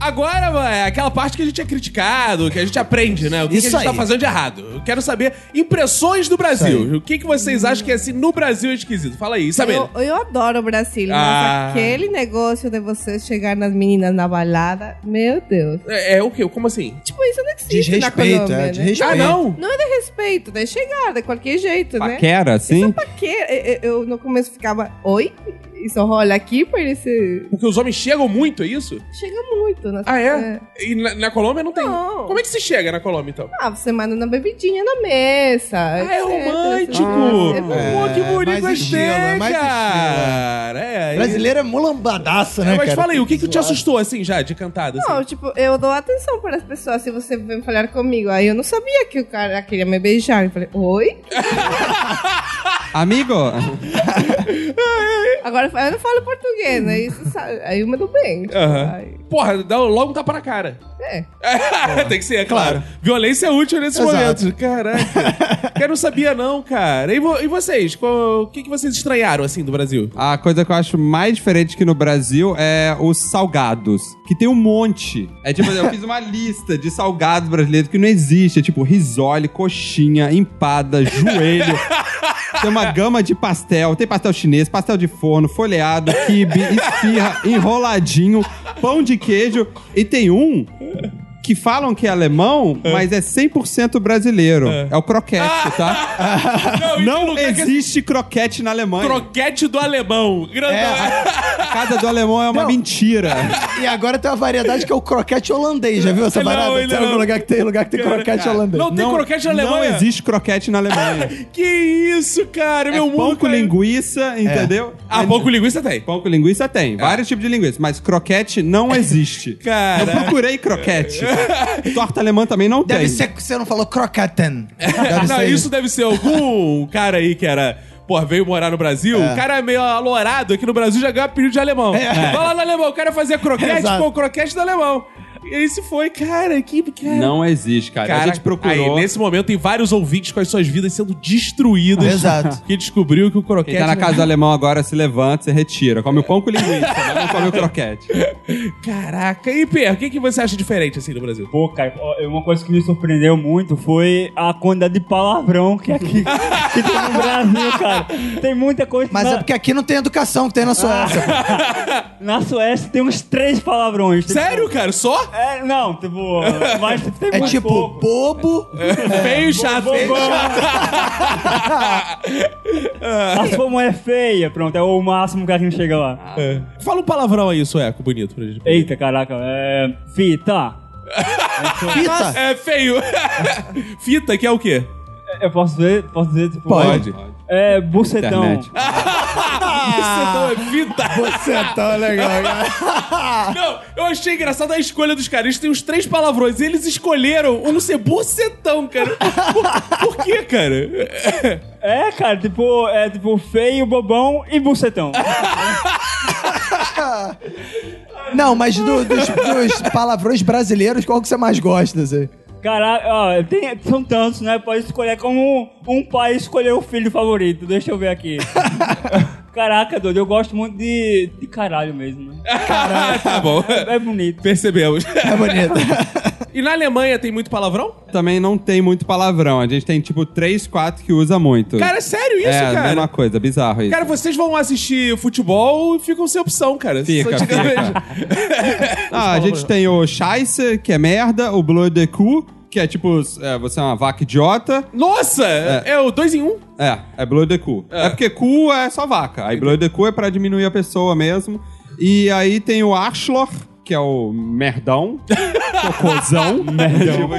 Agora, mano, é aquela parte que a gente é criticado, que a gente aprende, né? O que, Isso que a gente tá aí. fazendo de errado. Eu quero saber impressões do Brasil. O que, que vocês acham que é assim no Brasil é esquisito? Fala aí, Isabela. Eu, eu adoro o Brasil, Ah. mas aquele negócio de você chegar nas meninas na balada, meu Deus. É, é o quê? Como assim? Tipo, isso não existe na Desrespeito, Colômbia, é. né? Desrespeito. Ah, não? Não é de respeito, de chegar de qualquer jeito, né? é, Paquera, assim? Pra quê? Eu, eu no começo ficava, oi? isso rola aqui, parece. Porque os homens chegam muito, é isso? Chega muito. Né? Ah, é? E na, na Colômbia não tem? Não. Como é que se chega na Colômbia, então? Ah, você manda uma bebidinha na mesa. Ah, é romântico! assim. Ah, Pô, que bonito mais gostei, estilo, é mais cara! É, aí- Brasileiro é mulambadaço, né, É, mas cara? fala aí, o que, que te Zoado. assustou, assim, já, de cantada? assim? Não, tipo, eu dou atenção para as pessoas se você vem falar comigo. Aí eu não sabia que o cara queria me beijar. Eu falei, oi? Amigo, Agora eu não falo português, né? Isso, sabe? Aí eu me dou bem. Tipo, Aham. aí- Porra, dá logo um tapa na cara. é. *laughs* Tem que ser, é claro. Violência é útil nesses Exato. momentos. *laughs* Caraca. que eu não sabia, não, cara. E, vo- e vocês? Qual- O que, que vocês estranharam, assim, do *laughs* Brasil? a coisa que eu acho mais diferente que no Brasil é os salgados, que tem um monte. É tipo, eu fiz uma *laughs* lista de salgados brasileiros que não existe. É tipo risole, coxinha, empada, *laughs* joelho. Tem uma gama de pastel. Tem pastel chinês, pastel de forno, folheado, quibe, esfirra, enroladinho, pão de queijo. E tem um que falam que é alemão, mas é 100% brasileiro. É, o croquete, *laughs* tá? Não existe croquete na Alemanha. Croquete do alemão. Grandão. A casa do alemão é uma Não. mentira. E agora tem uma variedade que é o croquete holandês. Já viu *laughs* essa Não, parada? ele Tem algum não. lugar que tem lugar que *laughs* tem Cara, croquete cara, holandês. não tem croquete na É, Não Alemanha. existe croquete *laughs* na Alemanha. Que isso, cara? é Meu mundo. pão com caiu. linguiça, entendeu? Ah, É- pão com linguiça tem. Pão com linguiça É. tem, vários tipos de linguiça, mas *laughs* croquete não existe. Caraca. Eu procurei croquete. Torta alemã também não Deve tem. ser que você não falou crocaten. Deve *laughs* não, ser isso deve ser algum cara aí que era. Pô, veio morar no Brasil, o cara é meio alourado aqui no Brasil já ganha apelido de alemão. Vai lá no alemão, o cara fazia croquete, Exato. pô, o croquete do alemão. E aí se foi, cara, que. Cara, Não existe, cara. A Cara, gente procurou. Aí, nesse momento, tem vários ouvintes com as suas vidas sendo destruídas. Exato. Que descobriu que o croquete. Quem tá na casa do alemão agora se levanta, se retira. Come o pão com linguiça, mas não come o croquete. *laughs* Caraca. E, Pierre, o que, que você acha diferente assim no Brasil? Pô, cara, ó, uma coisa que me surpreendeu muito foi a quantidade de palavrão que é *laughs* aqui que tem no Brasil, cara. Tem muita coisa. Mas na, é porque aqui não tem educação que tem na Suécia. Ah, na Suécia tem uns três palavrões. Tipo, Sério, cara? Só? É, não, tipo, mas tem É muito tipo *laughs* pouco. bobo. Feio e chato. Bom, bom. A sua mulher é feia, pronto, é o máximo que a gente chega lá. É. Fala um palavrão aí, sueco, bonito, pra gente. Eita, caraca, é. tá. Fita. Fita. É feio. *laughs* Fita, que é o quê? Eu posso dizer, posso dizer, tipo. Pode. Então. É, bucetão. Internet. Você não é fita. Você é tão legal, cara. Não, eu achei engraçado a escolha dos caras. Eles têm os três palavrões. E eles escolheram um ser bucetão, cara. Por, por quê, cara? *laughs* É, cara, tipo, é tipo feio, bobão e *laughs* bucetão. Não, mas do- dos, dos palavrões brasileiros, qual que você mais gosta? Assim? Caraca, ó, tem- são tantos, né? Pode escolher como um pai escolheu o filho favorito. Deixa eu ver *laughs* aqui. Caraca, doido, eu gosto muito de, de caralho mesmo. *laughs* né? tá bom. É bonito. Percebemos. É bonito. E na Alemanha tem muito palavrão? Também não tem muito palavrão. A gente tem tipo três, quatro que usa muito. Cara, é sério isso, é, a cara? mesma coisa, bizarro isso. Cara, vocês vão assistir futebol e ficam sem opção, cara. Fica, Só te fica. *laughs* Ah, a gente tem o Scheisse, que é merda, o Bleu de Cu, que é tipo, é, você é uma vaca idiota. Nossa! É. o dois em um? É, é Bleu de Cu. É. porque cu é só vaca. Aí Bleu de Cu é pra diminuir a pessoa mesmo. E aí tem o Arschloch, que é o merdão, *laughs* cocôzão. merdão.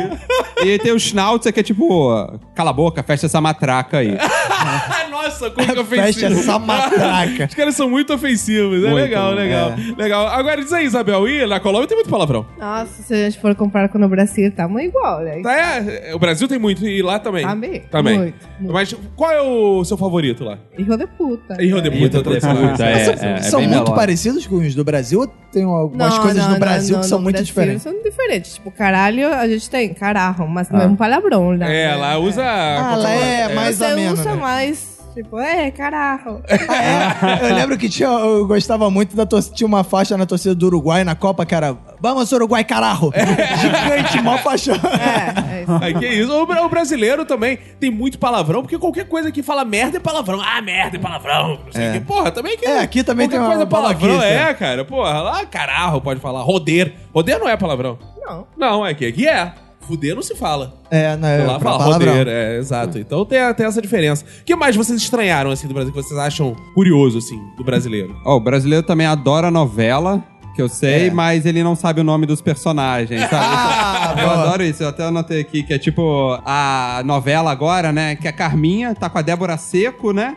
e tem o Schnauzer, que é tipo, cala a boca, fecha essa matraca aí. Ah, nossa, como que Fecha ofensivo. essa matraca. Os caras são muito ofensivos. É Muito, legal, legal. Legal. Agora diz aí, Isabel. E na Colômbia tem muito palavrão. Nossa, se a gente for comparar com o Brasil, tá muito igual, né? Tá, é, o Brasil tem muito e lá também. Também. Também. Muito, muito. Mas qual é o seu favorito lá? Hijo de puta. Rio de Puta, tradicional. puta, é, São- é, é são bem muito melódico. parecidos com os do Brasil ou tem algumas coisas no Brasil que são no muito Brasil diferentes? São diferentes. Tipo, caralho, a gente tem caralho, mas não é um palavrão, né? É, lá usa. Ah, lá é mais Você ou menos. usa né? mais, tipo, *laughs* é, caralho. Ah, é? Eu lembro que tinha, eu gostava muito da torcida. Tinha uma faixa na torcida do Uruguai na Copa que era Vamos Uruguai, caralho! Gigante, mó paixão. É, é isso. Ai, que isso. O, bra- o brasileiro também tem muito palavrão, porque qualquer coisa que fala merda é palavrão. Ah, merda é palavrão. Não sei o quê. Porra, também que. É, aqui também qualquer tem uma né? coisa é palavrão. babaquice, É, cara. Porra, lá caralho pode falar. Roder. Roder não é palavrão. Não. Não, é que aqui é. Fuder não se fala. É, na lá pra fala palavrão. fuder, é, exato. Então tem, tem essa diferença. O que mais vocês estranharam, assim, do Brasil, que vocês acham curioso, assim, do brasileiro? Ó, o brasileiro também adora novela, que eu sei, mas ele não sabe o nome dos personagens, sabe? eu adoro isso, eu até anotei aqui, que é tipo a novela agora, né? Que a Carminha tá com a Débora Seco, né?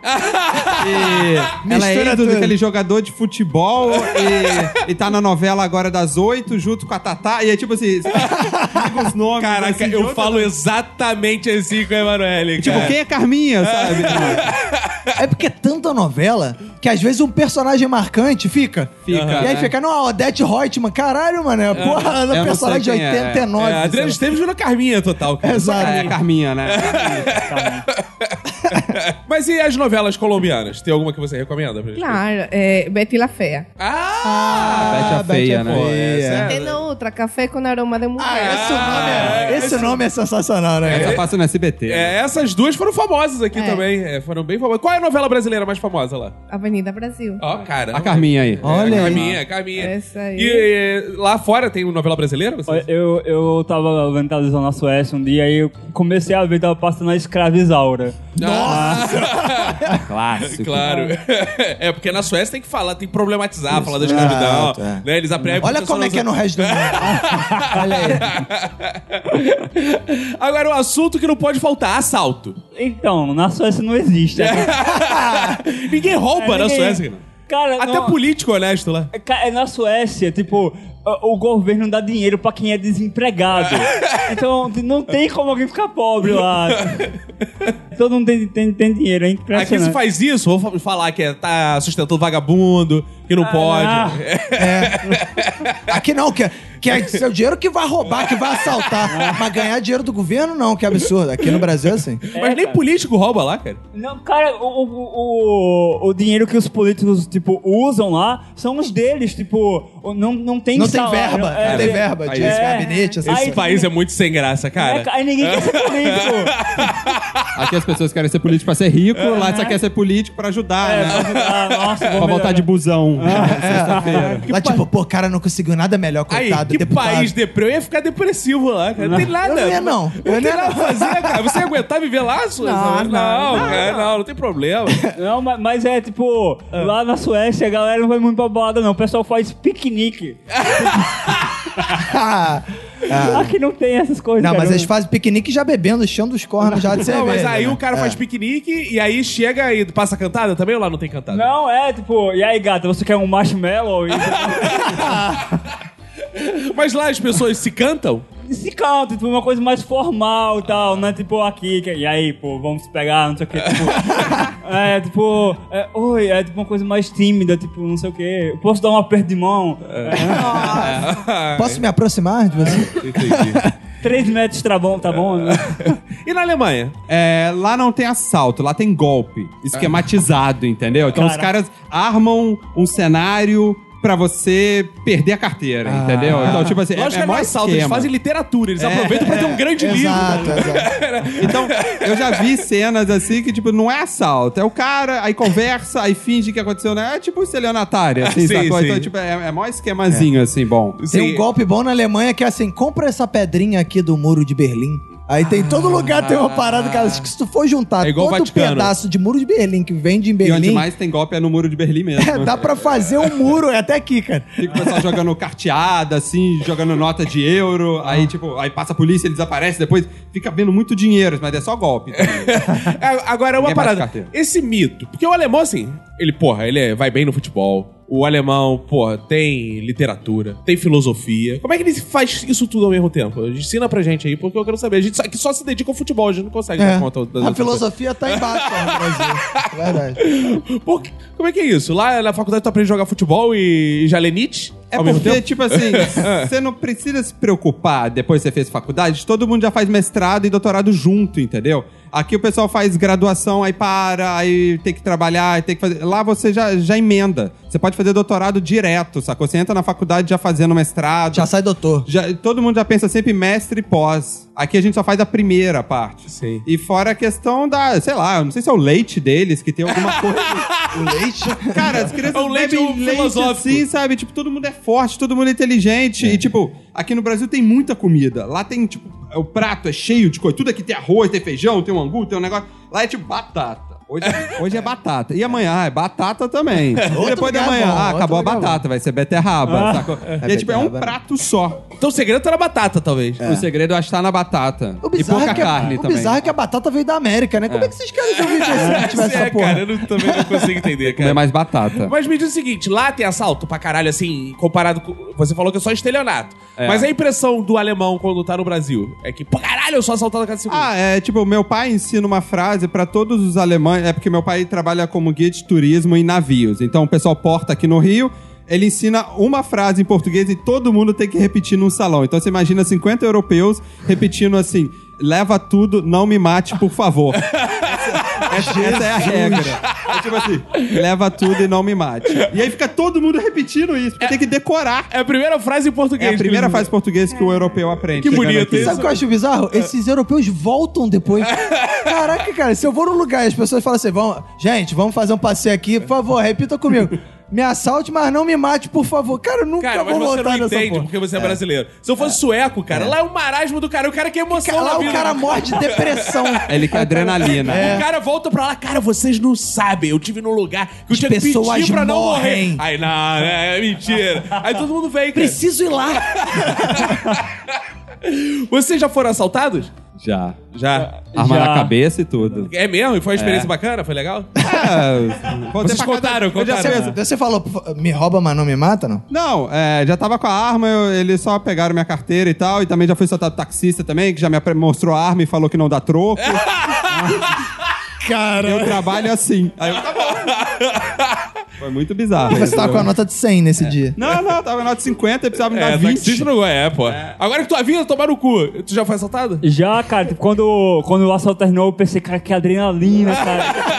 e ela é Mistura ídolo tudo. daquele jogador de futebol e, e tá na novela agora das oito, junto com a Tatá, e é tipo assim, você fica os nomes. Caraca, assim, de eu outra- falo exatamente assim com a Emanuele, Tipo, cara. quem é Carminha, sabe? É porque é tanta novela que às vezes um personagem marcante fica. Fica, E aí né? fica, não, Odete Reutemann, caralho, mano. é Porra, ela é eu um não personagem de sei quem é, É, 89. sei Adriano lá. Esteves virou Carminha total, cara. Exato. É, Carminha, né? É. Mas e as novelas colombianas? Tem alguma que você recomenda pra gente? Claro, é, Betty la Fea. Ah! Bete a feia, tipo, né? Pô, essa é- Tem outra, Café com Aroma de Mulher. Ah, esse nome Ah, é, esse nome é sensacional, né? Essa cara? passa Tá no SBT. né? É, essas duas foram famosas aqui É. também. é, foram bem famosas. Qual é a novela brasileira mais famosa lá? Avenida Brasil. Ó, cara. A Carminha aí. Olha É, aí. Carminha, Carminha. Essa aí. E, eh, lá fora tem novela brasileira? Você? Eu, eu tava vendo televisão na Suécia um dia e eu comecei a ver, tava passando a escravizaura. É Clássico. *laughs* Claro. né? é, porque na Suécia tem que falar, tem que problematizar, falar da escravidão. Exato, é. né? Eles aprendem. Olha como é que é no resto do *laughs* mundo. Ah, Olha aí. *laughs* Agora, o assunto que não pode faltar: *laughs* assalto. Então, na Suécia não existe. né? *laughs* É, Ninguém É, rouba na ninguém- Suécia. cara. Cara, Até não- político honesto lá. É, ca- é na Suécia, tipo, o, o governo dá dinheiro pra quem *laughs* é desempregado. Então não tem como alguém ficar pobre lá. Todo mundo tem, tem, tem dinheiro, é assim, Aqui se né? impressionante. faz isso, vou fa- falar que é, tá sustentando vagabundo, que não Ah. *laughs* pode. Aqui não, que, que é seu dinheiro que vai roubar, que vai assaltar. Mas ganhar dinheiro do governo, não, que absurdo. Aqui no Brasil é assim. Mas nem cara. político rouba lá, cara. Não, cara, o, o, o, o dinheiro que os políticos, tipo, usam lá são os deles, tipo, o- não, não tem Não tem salário, verba, é, não tem verba de é. gabinete, essas Aí- Esse coisas. país é muito sem graça, Aí cara. ninguém quer ser *laughs* político. Aqui as pessoas querem ser político pra ser rico, É. lá só quer ser político pra ajudar, É, né? ah, nossa, Pra vou voltar melhorar. de busão. É. Lá, tipo, pô, cara, não conseguiu nada melhor, Aí, coitado, que deputado. país deprê, eu ia ficar depressivo lá, cara. Não tem nada. Eu não ia, não. Eu tem não ia, nada não. pra fazer, cara. Você ia aguentar viver lá, sua? Não, não, não, não, não, cara, não, não. não, tem problema. Não, ma- mas é tipo, lá na Suécia a galera não vai muito pra balada, não. O pessoal faz piquenique. *laughs* Ah, Aqui não tem essas coisas. não, cara. mas eles fazem piquenique já bebendo, enchendo os cornos já de não, cerveja. mas aí né? o cara É. faz piquenique e aí chega e passa cantada também ou lá não tem cantada? Não, é tipo, e aí gata, você quer um marshmallow? E Mas lá as pessoas se cantam? e *laughs* se canta, tipo, uma coisa mais formal e tal, né? Tipo, aqui, que- e aí, pô, vamos se pegar, não sei o que. Tipo, é, tipo, é, oi, é tipo uma coisa mais tímida, tipo, não sei o que. Eu posso dar um aperto de mão? Posso me aproximar de *laughs* você? *laughs* Três metros tá bom, tá bom? né? E na Alemanha? É, lá não tem assalto, lá tem golpe. Esquematizado, entendeu? Então os Caraca. caras armam um cenário pra você perder a carteira, entendeu? Então, tipo assim, Lógico é, é Ah. que não é maior assalto, eles esquema. fazem literatura, eles aproveitam pra ter um grande exato, livro. exato. *laughs* Então, eu já vi cenas assim que, tipo, não é assalto. É o cara, aí conversa, aí finge que aconteceu, né? É tipo estelionatário, assim, *laughs* Sim, sacou? sim. Então, tipo, é, é mó esquemazinho, assim, bom. Tem Sim. um golpe bom na Alemanha que é assim, compra essa pedrinha aqui do muro de Berlim. Aí tem todo lugar, tem uma parada, cara. Acho que se tu for juntar É igual todo Vaticano. pedaço de muro de Berlim que vende em E onde Berlim, mais tem golpe é no muro de Berlim *laughs* mesmo. é, *laughs* dá pra fazer um muro é até aqui, cara. Fica o pessoal jogando carteada, assim, jogando nota de euro. Ah. Aí, tipo, aí passa a polícia, ele desaparece, depois fica vendo muito dinheiro, mas é só golpe. também. É, Agora, uma Ninguém bate parada. carteira. Esse mito. Porque o alemão, assim, ele, porra, ele é- vai bem no futebol. O alemão, porra, tem literatura, tem filosofia. Como é que ele faz isso tudo ao mesmo tempo? Ensina pra gente aí, porque eu quero saber. A gente só, que só se dedica ao futebol, a gente não consegue É. dar conta das A outras filosofia tá embaixo ó, no Brasil. Verdade. coisas. Por que- como é que é isso? Lá na faculdade tu aprende a jogar futebol e já lê Nietzsche É ao mesmo porque, tempo? É. tipo *laughs* assim, você não precisa se preocupar depois que você fez faculdade, todo mundo já faz mestrado e doutorado junto, entendeu? Aqui o pessoal faz graduação, aí para, aí tem que trabalhar, aí tem que fazer. Lá você já, já emenda. Você pode fazer doutorado direto, sacou? Você entra na faculdade já fazendo mestrado. Já sai doutor. Já- todo mundo já pensa sempre mestre e pós. Aqui a gente só faz a primeira parte. Sim. E fora a questão da, sei lá, eu não sei se é o leite deles, que tem alguma coisa. *laughs* Cara, as crianças É um leite bebem leite filosófico. assim, sabe? Tipo, todo mundo é forte, todo mundo é inteligente. E, tipo, aqui no Brasil tem muita comida. Lá tem, tipo, o prato é cheio de coisa. Tudo aqui tem arroz, tem feijão, tem um angu, tem um negócio. Lá é tipo batata. Hoje, *laughs* hoje é batata. E amanhã ah, é batata também. E depois de lugar amanhã, bom, ah, outro acabou a lugar batata, vai ser beterraba, sacou? e é tipo, é um beterraba. prato só. Então o segredo tá na batata, talvez. É. O segredo eu acho que tá na batata. O E bizarro, pouca é que a, carne o também. bizarro é que a batata veio da América, né? Como é que vocês querem ver um vídeo assim que *laughs* tivesse É, essa porra? é cara, eu não- também não consigo entender, Comer cara. é mais batata. Mas me diz o seguinte, lá tem assalto pra caralho, assim, comparado com... Você falou que é só estelionato. É. Mas a impressão do alemão quando tá no Brasil é que, pô, caralho, eu sou assaltado a cada segundo. Ah, é tipo, meu pai ensina uma frase pra todos os alemães. É porque meu pai trabalha como guia de turismo em navios. Então o pessoal porta aqui no Rio. Ele ensina uma frase em português e todo mundo tem que repetir num salão. Então você imagina 50 europeus repetindo assim: leva tudo, não me mate, por *laughs* favor. essa, essa é a regra. É tipo assim: leva tudo e não me mate. E aí fica todo mundo repetindo isso, porque tem que decorar. É a primeira frase em português. É a primeira que- frase em português que o europeu aprende. Que chegando bonito aqui. isso. Sabe o que eu acho bizarro? é. Esses europeus *laughs* voltam depois. Caraca, cara, se eu vou num lugar e as pessoas falam assim, vão, gente, vamos fazer um passeio aqui, por favor, repita comigo. Me assalte, mas não me mate, por favor. Cara, eu nunca Cara, mas vou você voltar não nessa entende porra. porque você é, brasileiro. Se eu fosse sueco, cara, lá é um marasmo do cara. é O cara quer emoção na Lá o vida. É. cara morre de depressão. *laughs* Ele quer adrenalina. O cara volta pra lá, cara, vocês não sabem. Eu tive num lugar que eu tinha que pessoas pedir pra não morrem. morrer. Aí, não, é, é mentira. Aí todo mundo vem, cara. Preciso ir lá. Vocês já foram assaltados? Já. Já. Arma Já. na cabeça e tudo. É mesmo? E foi uma experiência bacana? Foi legal? *laughs* É, pode Vocês ter pra contaram, cada- eu já contaram. É, sei- Você falou, me rouba, mas não me mata, não? Não, é, já tava com a arma, eu- eles só pegaram minha carteira e tal, e também já fui soltado taxista também, que já me apre- mostrou a arma e falou que não dá *laughs* troco. Cara. Eu trabalho assim. Aí eu, tá bom. Foi muito É. bizarro. Você tava com a nota de 100 nesse dia. Não, não, tava na nota 50 e precisava me dar É, 20. taxista não é, pô. Agora que tua vida tomar no cu, tu já foi assaltado? Já, cara, tipo, quando, quando o assalto terminou, eu pensei, cara, que adrenalina, cara.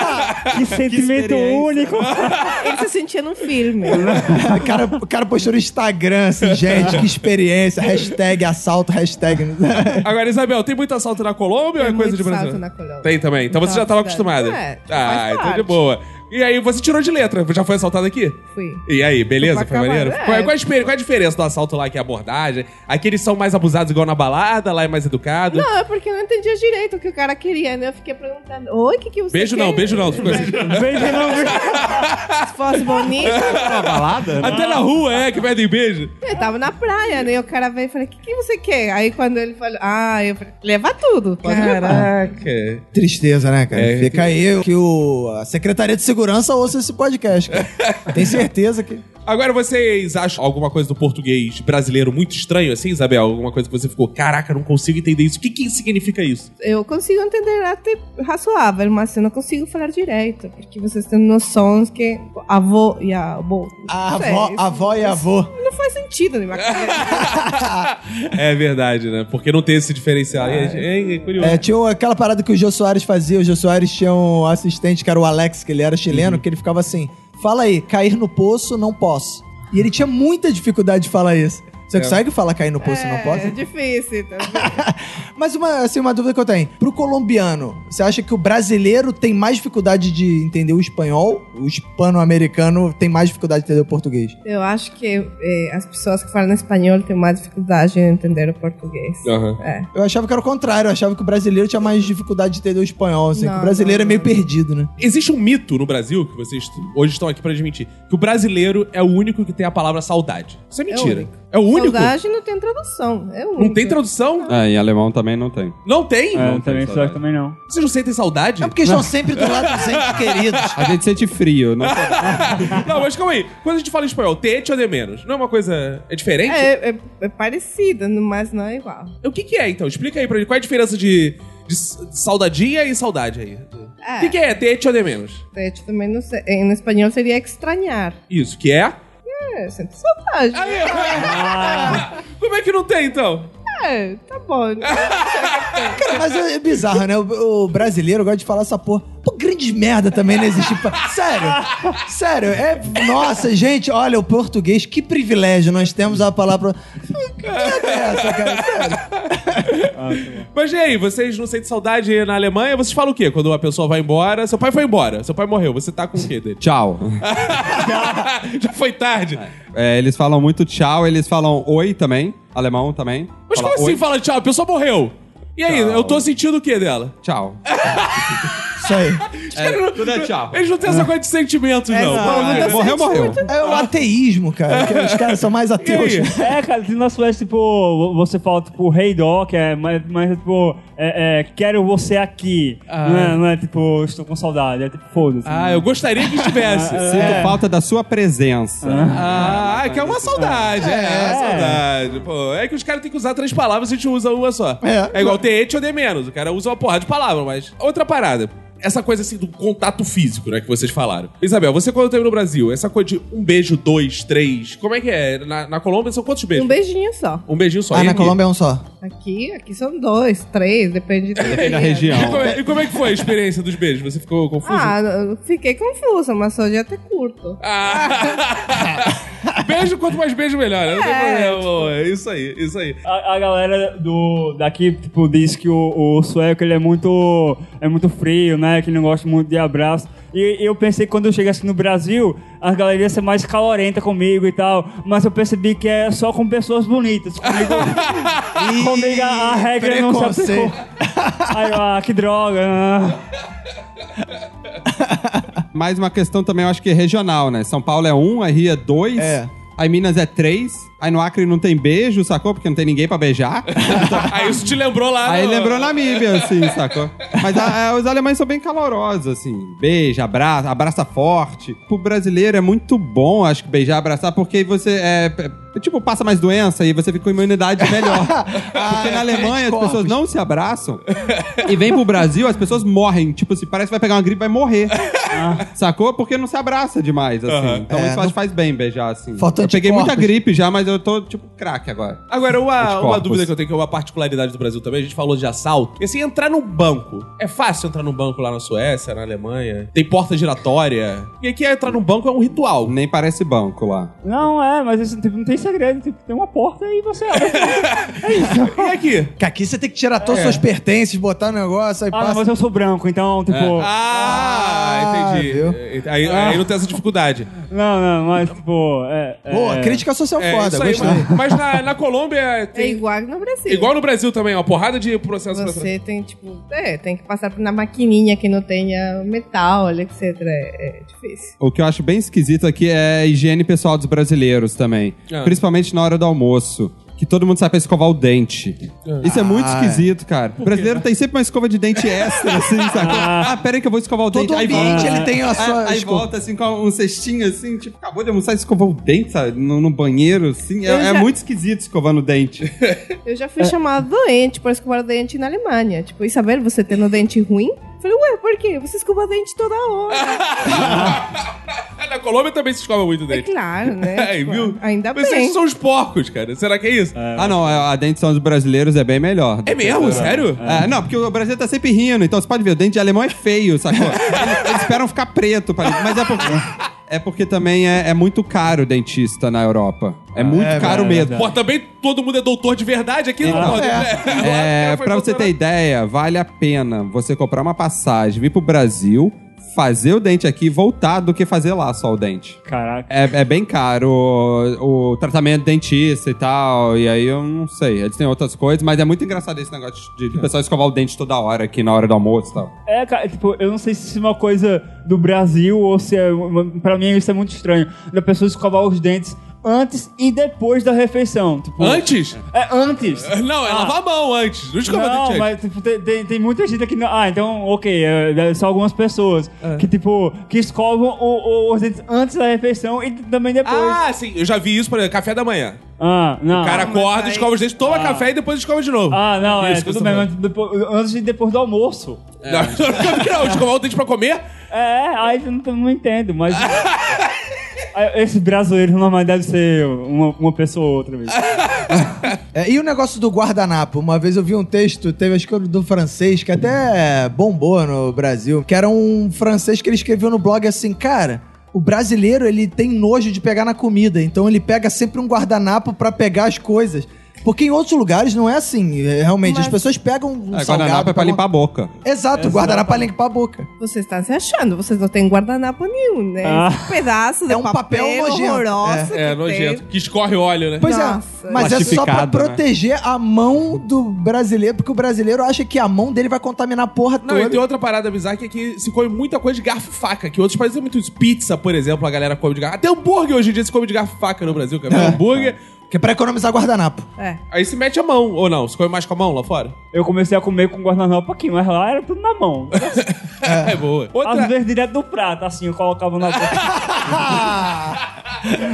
que sentimento experiência. único. Ah. Ele se sentia num filme. O cara, o cara postou no Instagram, assim, gente, que experiência. Hashtag assalto, hashtag... *laughs* Agora, Isabel, tem muito assalto na Colômbia ou é Tem coisa muito de Brasil? assalto na Colômbia. Tem também. Então Em você já todas tava as acostumada. cidades. É, faz ah, então parte. de boa. E aí, você tirou de letra. Já foi assaltado aqui? Fui. E aí, beleza? Foi Copacabana, maneiro? é. Qual, é, qual, a, experi- qual é a diferença do assalto lá que é abordagem? Aqui eles são mais abusados igual na balada, lá é mais educado. Não, é porque eu não entendia direito o que o cara queria, né? Eu fiquei perguntando, oi, o que que você Beijo quer? não, beijo não. Ficou assim. Veja, não, veja. Se fosse bonito. Até na rua é que pedem beijo. Eu tava na praia, né? E o cara veio e falei, o que, que você quer? Aí quando ele falou, ah, eu falei, leva tudo. Pode levar. Caraca. Tristeza, né, cara? É, Fica aí que o, a Secretaria de Segurança ouça esse podcast, cara. Tem certeza que. Agora, vocês acham alguma coisa do português brasileiro muito estranho, assim, Isabel? Alguma coisa que você ficou, caraca, não consigo entender isso. O que, que significa *laughs* isso? Eu consigo entender até razoável, mas eu não consigo falar direito. Porque vocês têm noções que avô e avô. A Não sei, avó, isso a avó e a avô. Não faz sentido né? na minha cabeça. é verdade, né? Porque não tem esse Ah, diferencial. É, é- é curioso. É, tinha aquela parada que o Jô Soares fazia. O Jô Soares tinha um assistente que era o Alex, que ele era chileno, que ele ficava assim: fala aí, cair no poço não posso. E ele tinha muita dificuldade de falar isso. Você consegue falar cair no poço não É posso? difícil. Tá vendo? Mas uma, assim, uma dúvida que eu tenho. Pro colombiano, você acha que o brasileiro tem mais dificuldade de entender o espanhol? O hispano-americano tem mais dificuldade de entender o português? eu acho que eh, as pessoas que falam espanhol têm mais dificuldade em entender o português. É. Aham. Eu achava que era o contrário, eu achava que o brasileiro tinha mais dificuldade de entender o espanhol, assim, Não, que o brasileiro não, é meio não. perdido, né? Existe um mito no Brasil, que vocês hoje estão aqui pra desmentir, que o brasileiro é o único que tem a palavra saudade. Isso é mentira. único. É o único? Saudade não tem tradução. É Não tem tradução? É, em alemão também não tem. Não tem? É, também, só que também não. Vocês não sentem saudade? É porque estão sempre do lado dos entes queridos. A gente sente frio, não não, mas calma aí. Quando a gente fala em espanhol, te echo de menos. Não é uma coisa... É diferente? É, é, é parecido, mas não é igual. O que que é, então? Explica aí pra gente. Qual é a diferença de, de s- saudadinha e saudade aí? É. O que que é te echo de menos? Tete também não sei. Em espanhol seria extrañar. Isso, que é... Ah, É, eu sinto saudade. Ah. *laughs* Aí, ó. Como é que não tem, então? É, tá bom. *laughs* Cara, mas é bizarro, né? O, o brasileiro gosta de falar essa porra. Pô, grande merda também não existe. pa- Sério, sério. É, nossa, gente, olha o português, que privilégio. Nós temos a palavra. Que merda é essa, cara? Sério. Mas e aí, vocês não sentem saudade na Alemanha? Vocês falam o quê? Quando a pessoa vai embora, seu pai foi embora, seu pai morreu, você tá com o quê *laughs* dele? Tchau. Já foi tarde. É, eles falam muito tchau, eles falam oi também, alemão também. Mas Fala como assim oi, fala tchau? A pessoa morreu. E aí, eu tô sentindo o quê dela? Tchau. Isso aí. É, tudo é tchau. Eles não têm essa coisa de sentimentos, não. não, É, morreu, morreu. É o ateísmo, cara. que os caras são mais E ateus. aí? É, cara, se nós tivesse, tipo, vo- você fala, tipo, rei hey, doc, é, mas, mas tipo, é, é, quero você aqui. Não, é, não é, tipo, estou com saudade, é tipo, foda-se. Ah, eu gostaria que *laughs* estivesse. É, Sinto falta da sua presença. Ah, é que é uma saudade. É, é uma saudade. Pô, é que os caras têm que usar três palavras e a gente usa uma só. É. É, igual ter et ou de menos. O cara usa uma porrada de palavra, mas. Outra parada. Essa coisa assim do contato físico, né? Que vocês falaram. Isabel, você quando teve no Brasil, essa coisa de um beijo, dois, três. Como é que é? Na, na Colômbia são quantos beijos? Um beijinho só. Um beijinho só. Ah, E na aqui? Colômbia é um só. Aqui, aqui são dois, três, depende do Depende dia. da região. *laughs* E como, é, e como é que foi a experiência dos beijos? Você ficou confuso? Ah, eu fiquei confusa, mas hoje até curto. Ah. *laughs* beijo, quanto mais beijo, melhor. né? Não tem É, problema. É isso aí, isso aí. A, a galera do, daqui, tipo, diz que o, o sueco, ele é muito, é muito frio, né? Que não gosta muito de abraço. E eu pensei que quando eu chegasse no Brasil, as galerias ia ser mais calorenta comigo e tal. Mas eu percebi que é só com pessoas bonitas. *laughs* Comigo, comigo a, a regra não se aplicou. Aí, eu, ah, que droga. ah. Mais uma questão também, eu acho que é regional, né? São Paulo é um, aí Rio é dois. É. Aí Minas é três. Aí no Acre não tem beijo, sacou? Porque não tem ninguém pra beijar. Aí isso te lembrou lá. Aí no- lembrou Namíbia, assim, sacou? Mas a- a- os alemães são bem calorosos, assim. Beija, abraça, abraça forte. Pro brasileiro é muito bom, acho que beijar, abraçar, porque aí você é. é, Tipo, passa mais doença e você fica com imunidade *laughs* melhor. Ah, Porque é, na Alemanha as pessoas não se abraçam e vem pro Brasil, as pessoas morrem. Tipo assim, parece que vai pegar uma gripe e vai morrer. Sacou? Porque não se abraça demais, assim. Aham. Então Ah. É, isso não- acho que faz bem beijar, assim. Falta eu peguei muita anticorpos. gripe já, mas eu tô, tipo, craque agora. Agora, uma, uma Anticorpos. dúvida que eu tenho, que é uma particularidade do Brasil também, a gente falou de assalto. E assim, entrar num banco. É fácil entrar num banco lá na Suécia, na Alemanha. Tem porta giratória. E aqui entrar num banco é um *laughs* ritual. Nem parece banco lá. Não, é, mas isso tipo, não tem segredo. Tipo, tem uma porta e você abre. *laughs* E aqui? Que aqui você tem que tirar todas as suas pertences, botar no negócio, aí Ah, não, passa. mas eu sou branco, então, É. tipo... Ah, Ah, entendi. viu? É, Aí, aí não tem essa dificuldade. Não, não, mas, tipo... É, é- Boa, crítica social É, foda, isso aí, gostei. mas mas na, na Colômbia É tem. igual no Brasil. Igual no Brasil também, uma porrada de processo pra Você tem, tipo, é, tem que passar na maquininha que não tenha metal, etc. É, é difícil. O que eu acho bem esquisito aqui é a higiene pessoal dos brasileiros também. Ah. Principalmente na hora do almoço. Que todo mundo sabe escovar o dente. Isso é muito Ah, esquisito, cara. O brasileiro tem sempre uma escova de dente extra, assim, sacou? Ah, peraí que eu vou escovar o Todo dente. Aí ambiente é volta. ele tem a Aí- sua Aí, escova. volta, assim, com um cestinho, assim, tipo, acabou de almoçar e escovou o dente, sabe? No, no banheiro, assim. É, Eu é já- muito esquisito escovando o dente. Eu já É. fui chamada doente para escovar dente na Alemanha. Tipo, Isabel, você tendo dente ruim? Eu Falei, ué, por quê? Você escova dente *laughs* toda hora. Ah, *laughs* na Colômbia também se escova muito é dente. claro, né? *laughs* Aí, Tipo, viu? Ainda Mas bem. Vocês são os porcos, cara. Será que é isso? Ah, não, a a dentição dos brasileiros é bem melhor. É mesmo? Sério? É, não, porque o brasileiro tá sempre rindo, então você pode ver, o dente de alemão é feio, *laughs* sacou? eles, eles esperam ficar preto, pra- mas é porque, é porque também é, é muito caro o dentista na Europa. É muito caro mesmo. Pô, também todo mundo é doutor de verdade aqui, não, pô. *laughs* É, Agora foi pra você ter doutorado. ideia, vale a pena você comprar uma passagem, vir pro Brasil, fazer o dente aqui e voltar do que fazer lá só o dente. Caraca. É, é bem caro o, o tratamento do dentista e tal. E aí eu não sei. Eles têm outras coisas, mas é muito engraçado esse negócio de, de o pessoal escovar o dente toda hora aqui na hora do almoço e tal. É, cara, tipo, eu não sei se é uma coisa do Brasil ou se é. uma- Pra mim isso é muito estranho. Da pessoa escovar os dentes antes e depois da refeição. Tipo, Antes? É antes. *laughs* Não, é Ah. lavar a mão antes. Não escova Não, dente é. antes. mas tipo, tem, tem, tem muita gente que não. Ah, então, ok, é, é, são algumas pessoas É. que, tipo, que escovam o- o- os dentes antes da refeição e também depois. Ah, Ah, sim, eu já vi isso, por exemplo, café da manhã. não. O cara acorda, escova os dentes, toma café e depois escova de novo. Ah, não, Isso é, que tudo você bem, tá mas depois- antes e depois do almoço. *laughs* Não, não, não, escovar o dente pra comer? É, aí eu não, não entendo, *laughs* mas. Aí, Esse brasileiro normalmente deve ser uma, uma pessoa ou outra mesmo. É, e o negócio do guardanapo? Uma vez eu vi um texto, teve acho que do francês, que até bombou no Brasil, que era um francês que ele escreveu no blog assim, cara. O brasileiro, ele tem nojo de pegar na comida, então ele pega sempre um guardanapo pra pegar as coisas. Porque em outros lugares não é assim, é, realmente. Mas- As pessoas pegam um É, salgado... guardanapo é pra pegam- limpar a boca. Exato, guardanapo pra limpar a boca. Vocês estão se achando, vocês não têm guardanapo nenhum, né? Ah. Esse pedaço de É um papel nojento, horroroso. É, que tem. nojento. Que escorre óleo, né? Pois Nossa. é, mas é só pra Plastificado, né? proteger a mão do brasileiro, porque o brasileiro acha que a mão dele vai contaminar a porra Não, e toda. um tem outra parada bizarra que é que se come muita coisa de garfo e faca, que outros países é muito isso. Pizza, por exemplo, a galera come de garfo. Até hambúrguer hoje em dia se come de garfo e faca no Brasil, cara. Hambúrguer, Que é pra economizar guardanapo. É. aí se mete a mão, ou não? Se come mais com a mão lá fora? Eu comecei a comer com guardanapo aqui, mas lá era tudo na mão. É, boa. Outra, Às vezes direto do prato, assim, eu colocava na boca. *laughs*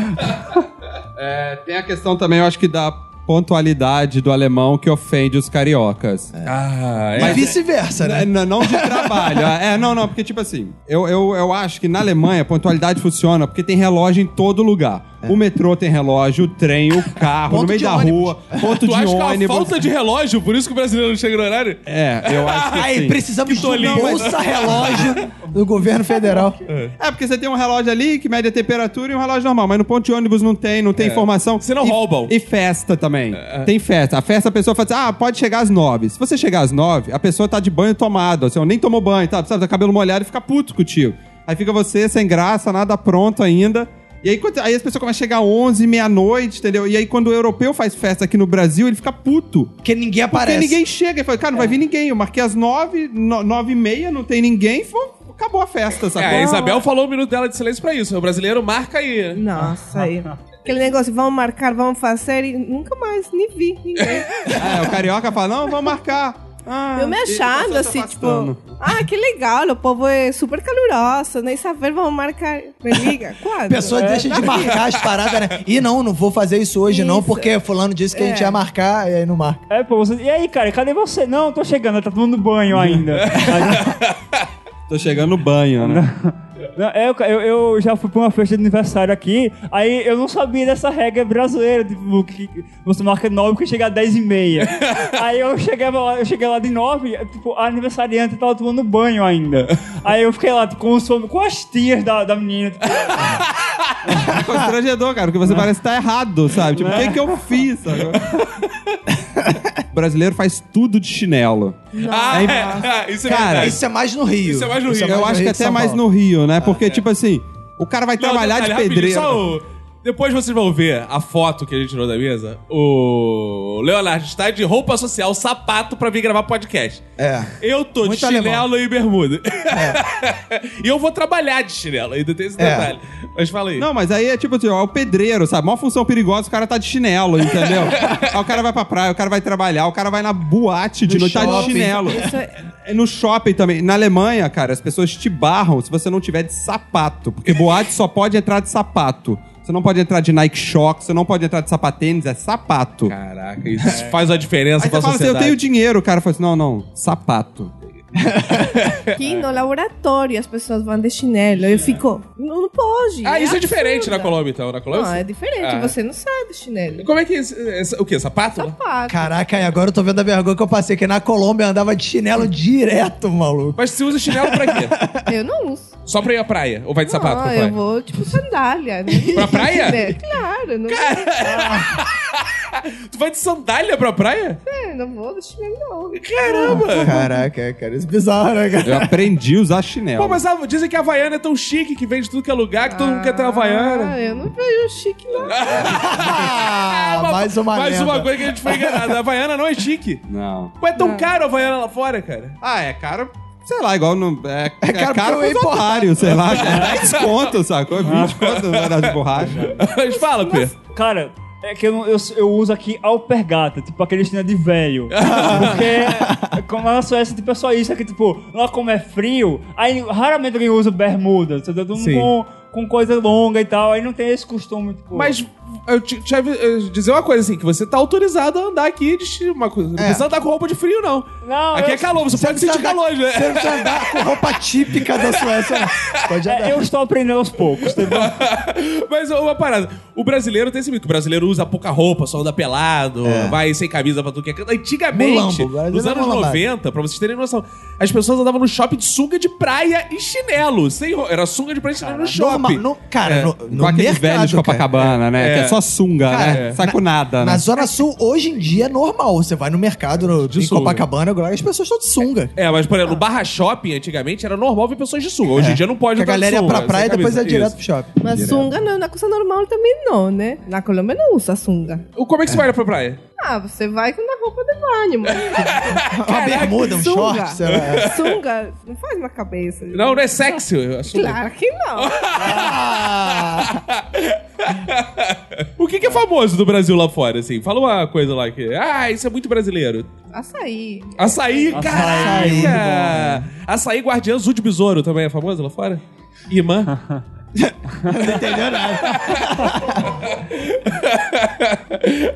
É, tem a questão também, eu acho que da pontualidade do alemão que ofende os cariocas. Ah, e vice-versa, né? N- n- Não é *laughs* de trabalho. é, não, não, porque tipo assim, eu, eu, eu acho que na Alemanha a pontualidade funciona porque tem relógio em todo lugar. O metrô tem relógio, o trem, o carro, Ponto no meio de da ônibus. rua, ponto Tu de acha que é uma ônibus. falta de relógio, por isso que o brasileiro não chega no horário? É, eu acho que Aí sim. precisamos de um bolsa relógio do governo federal. É, porque você tem um relógio ali que mede a temperatura e um relógio normal, mas no ponto de ônibus não tem, não tem informação. É. Você não um. É, e, roubam. E festa também. Tem festa. A festa a pessoa fala assim, ah, pode chegar às nove. Se você chegar às nove, a pessoa tá de banho tomado, assim, ó, nem tomou banho, tá? Sabe, tá cabelo molhado e fica puto contigo. Aí fica você sem graça, nada pronto ainda. E aí, quando- aí as pessoas começam a chegar às 11, meia-noite, entendeu? E aí quando o europeu faz festa aqui no Brasil, ele fica puto. Porque ninguém Porque aparece. ninguém chega. Ele fala, cara, não É. vai vir ninguém. Eu marquei às nove, no- nove e meia, não tem ninguém. Foi, acabou a festa, É, sacou? a Isabel falou o minuto dela de silêncio pra isso. O brasileiro marca aí. né? Nossa, *laughs* aí. Aquele negócio, vamos marcar, vamos fazer e nunca mais nem vi ninguém. É, o carioca fala, não, vamos marcar. Ah, *laughs* Eu me e- e achando você assim, se tipo, afastando. ah, que legal, o povo é super caloroso, nem saber, vamos marcar. Me *laughs* liga, A quando? pessoa deixa de marcar as paradas, né? E não, não vou fazer isso hoje, não, Isso. porque fulano disse que a gente É. ia marcar e aí não marca. É, pô, você... E aí, cara, cadê você? Não, tô chegando, tá tomando banho ainda. Aí- *laughs* Tô chegando no banho, né? Não, é, eu, eu, eu já fui pra uma festa de aniversário aqui, aí eu não sabia dessa regra brasileira, tipo, que você marca 9 porque chega a 10 e *laughs* meia. aí eu chegava lá, eu cheguei lá de 9, tipo, a aniversariante tava tomando banho *laughs* ainda. Aí eu fiquei lá, tipo, com, os, com as tias da, da menina, tipo, É constrangedor, cara, porque você parece que tá errado, sabe? Tipo, o Né? que que eu fiz? sabe? *laughs* o brasileiro faz tudo de chinelo. Ah, Aí- é. *laughs* Isso é Cara, verdade. Isso é mais no Rio. Isso é mais no Rio. Eu acho que de até São mais Paulo. no Rio, né? Porque, tipo assim, o cara vai É, Não, trabalhar de detalhe, rapidinho, pedreiro. só o- Depois vocês vão ver a foto que a gente tirou da mesa. O Leonardo está de roupa social, sapato, pra vir gravar podcast. É. Eu tô Muito de chinelo alemão. e bermuda. *laughs* e eu vou trabalhar de chinelo, ainda tem esse É. detalhe. Mas fala aí. Não, mas aí é tipo assim, ó, é o pedreiro, sabe? Mó função perigosa, o cara tá de chinelo, entendeu? aí o cara vai pra praia, o cara vai trabalhar, o cara vai na boate de No noite, tá de shopping. chinelo. Isso é- É No shopping também. Na Alemanha, cara, as pessoas te barram se você não tiver de sapato. Porque boate só pode entrar de sapato. Você não pode entrar de Nike Shock, você não pode entrar de sapatênis, é sapato. Caraca, isso faz uma diferença Aí pra você fala assim, eu sociedade. tenho dinheiro. O cara fala assim, não, não, sapato. Aqui no laboratório as pessoas vão de chinelo, eu fico, não pode. Ah, isso é diferente absurdo. na Colômbia, então. Na Colômbia? Não, é diferente, Ah. você não sai de chinelo. Como é que é isso? É, é, O quê? Sapato? Sapato. Caraca, e agora eu tô vendo a vergonha que eu passei, que na Colômbia eu andava de chinelo direto, maluco. Mas você usa chinelo pra *laughs* quê? Eu não uso. Só pra ir à praia? Ou vai de *laughs* sapato não, pra praia? eu vou, tipo, sandália. Né? Pra *laughs* praia? É, Claro, não, Tu vai de sandália pra praia? é, não vou de chinelo, não. Caramba! Caraca, cara, isso é bizarro, né, *laughs* cara? Eu aprendi a usar chinelo. Pô, mas a- dizem que a Havaiana é tão chique que vende tudo que é lugar, que todo mundo quer ter Havaiana. Ah, eu não vejo chique, não. *laughs* Ah, mais uma Mais lenda. É uma coisa que a gente foi enganado. A Havaiana não é chique. Não. Mas é tão caro a Havaiana lá fora, cara. Ah, é caro, *laughs* sei lá, igual no... É, é caro caro, porque eu ia pros importar. otários, sei lá. É 10 conto, sacou? 20 conto na verdade, de borracha. Mas fala, Pê. Cara, é que eu, não- eu, eu uso aqui alpergata, tipo aquele chinelo de velho. Porque como lá na Suécia, tipo, é só isso aqui, tipo, lá como é frio, aí raramente alguém usa bermuda, entendeu? Todo mundo Sim. com, com coisa longa e tal, aí não tem esse costume, tipo... Mas eu te, te avi- eh, dizer uma coisa assim, que você tá autorizado a andar aqui de chi- uma coisa. Não precisa andar com roupa de frio, não. Não, aqui eu- é calor, você, pode sentir calor, né? É. Você não precisa andar com roupa típica da Suécia. não. Pode andar. É, eu estou aprendendo aos poucos, tá? entendeu? *laughs* Mas ó, uma parada. O brasileiro tem esse mito. que O brasileiro usa pouca roupa, só anda pelado, vai sem camisa pra tudo que é canto. Antigamente, É. Mulambo, o brasileiro nos é anos mulambado. 90, pra vocês terem noção, as pessoas andavam no shopping de sunga de praia e chinelo. Sem ro... Era sunga de praia e chinelo no shopping. Normal, no- cara, no, Com no aqueles mercado, velhos de cara. Copacabana, né? É. Que é só sunga, Cara, né? Sai com nada, né? Na Zona Sul, hoje em dia, é normal. Você vai no mercado, no, De em sunga. Copacabana, agora, as pessoas estão de sunga. É, mas, por exemplo, no barra shopping, antigamente, era normal ver pessoas de sunga. Hoje em dia não pode Porque É. a andar de galera ia sunga, pra praia e sem depois é camisa. direto Isso. *laughs* pro shopping. Mas Direto. sunga não é uma coisa normal também não, né? Na Colômbia não usa sunga. Como é que você vai pra praia? Ah, você vai com uma roupa de *laughs* banho, mano. Uma bermuda, um short, sei lá. é. Sunga não faz na cabeça. Não, não é sexy. a sunga. Claro que não. O que, que é famoso do Brasil lá fora, assim? Fala uma coisa lá que. Ah, isso é muito brasileiro. Açaí. Açaí, caraca! Açaí Guardiã Azul de Besouro também é famoso lá fora? Irmã? Não entendeu nada. *laughs*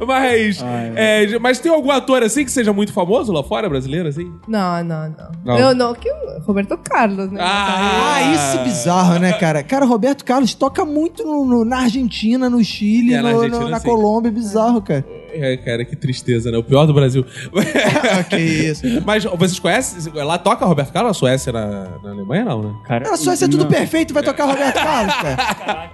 mas, é, mas tem algum ator assim que seja muito famoso lá fora, brasileiro, assim? Não, não, não. Não. Eu não, que o Roberto Carlos, né? Ah, isso é bizarro, né, cara? Cara, Roberto Carlos toca muito no- no- na Argentina, no Chile, É, na no- no- Argentina, na sim. Colômbia. É *laughs* bizarro, cara. É, cara, que tristeza, né? O pior do Brasil. *laughs* Ah, que isso. mas vocês conhecem? Lá toca Roberto Carlos na Suécia, na, na Alemanha, não, né? Cara, Na Suécia é tudo perfeito, vai tocar Roberto Carlos, *laughs* cara.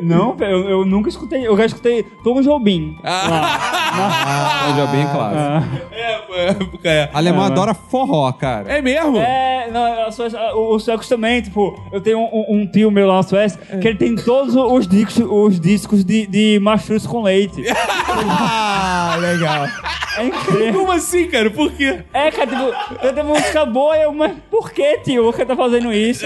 Não, eu, eu nunca escutei. Eu já escutei Tom Jobim. Ah, Jobim, claro. *laughs* É, é, Alemão adora forró, cara. é mesmo? É, na, a Suécia, o- os suecos também, tipo, eu tenho um, um tio meu lá na Suécia que ele tem todos os discos, os discos de, de mastruz com leite. Ah, legal. É incrível. Como assim, cara? Por quê? É, cara, tipo, eu tenho música boa, eu, mas por que, tio? Por que tá fazendo isso?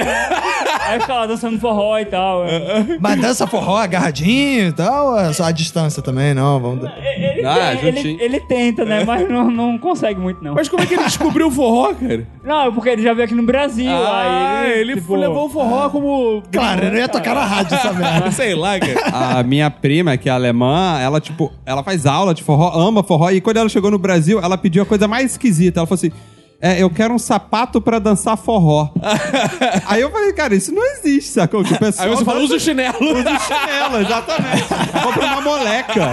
Aí fica lá dançando forró e tal. Ah, Mas dança forró, agarradinho e tal, ou é só a distância também, não. Vamos... Ele, Ah, tem- ele- juntinho. ele tenta, né? Mas não, não consegue muito, não. Mas como é que ele descobriu o forró, cara? Não, porque ele já veio aqui no Brasil. *laughs* Ah, aí ele tipo, levou o forró como. Claro, eu não ia tocar na rádio essa merda. *laughs* Sei lá, cara. A minha prima, que é alemã, ela, tipo, ela faz aula de forró, ama forró. E quando ela chegou no Brasil, ela pediu a coisa mais esquisita. Ela falou assim. É, eu quero um sapato pra dançar forró. Aí eu falei, cara, isso não existe, sacou? Que o pessoal Aí você fala, usa o chinelo. Usa chinelo, exatamente. Compra uma moleca.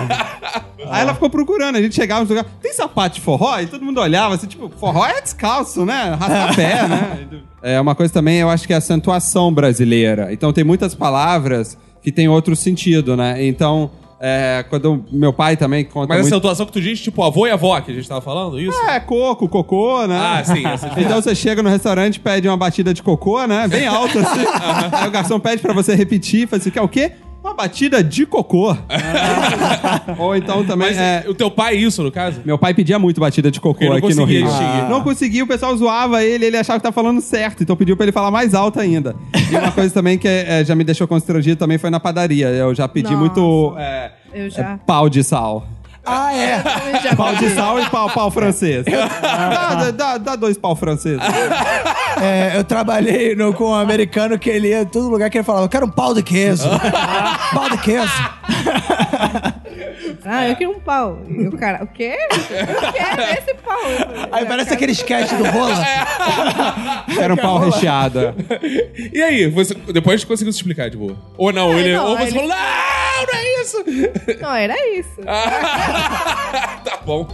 Aí ela ficou procurando, a gente chegava nos lugares, tem sapato de forró? E todo mundo olhava, assim, tipo, forró é descalço, né? Rastapé, né? *laughs* É uma coisa também, eu acho que é a acentuação brasileira. Então tem muitas palavras que tem outro sentido, né? Então, é, quando meu pai também conta Mas essa muito... atuação que tu diz, tipo avô e avó, que a gente tava falando, isso? É, coco, cocô, né? Ah, sim, *laughs* essa é diferente. Então você chega no restaurante, pede uma batida de cocô, né? Bem *laughs* alta, assim. Aí o garçom pede pra você repetir, fala assim, quer o quê? Uma batida de cocô. Ou então também... É. Mas é, o teu pai, isso, no caso? Meu pai pedia muito batida de cocô Ele não aqui no conseguia Rio. distinguir. Não conseguia, o pessoal zoava ele, ele achava que tava falando certo, então pediu pra ele falar mais alto ainda. E uma coisa também que é, já me deixou constrangido também foi na padaria. Eu já pedi Nossa. muito é, Eu já. pau de sal. *laughs* Ah, é. Eu já Pau de comi. sal e pau, *laughs* pau francês. Dá, dá- dá- dá dois pau francês. É, eu trabalhei no- com um americano que ele ia em todo lugar que ele falava, eu quero um pau de *laughs* queso. pau de queso. Ah, eu queria um pau. E o cara, o quê? Eu quero esse pau. Aí parece aquele sketch do Rola. Era um pau recheado. é. *laughs* E aí, você depois conseguiu se explicar de boa? Ou não, É, ele, não, ou você ele- falou, não, não é isso! Não, era isso. Ah. tá bom.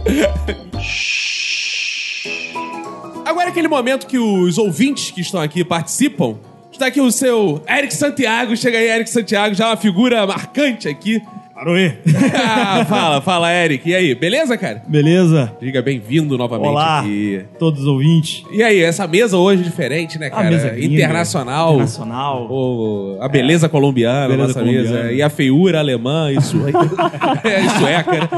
Agora é aquele momento que os ouvintes que estão aqui participam. Está aqui o seu Eric Santiago. Chega aí, Eric Santiago, já é uma figura marcante aqui. *laughs* Aroê, Ah, fala, fala, Eric. E aí, beleza, cara? beleza? Diga bem-vindo novamente Olá, aqui. todos os ouvintes. E aí, essa mesa hoje é diferente, né, cara? a mesa é linda, internacional. Ah, Internacional. É. O- a beleza colombiana, Beleza nossa colombiana. mesa. E a feiura alemã, isso *laughs* aí. *laughs* é, sueca, né?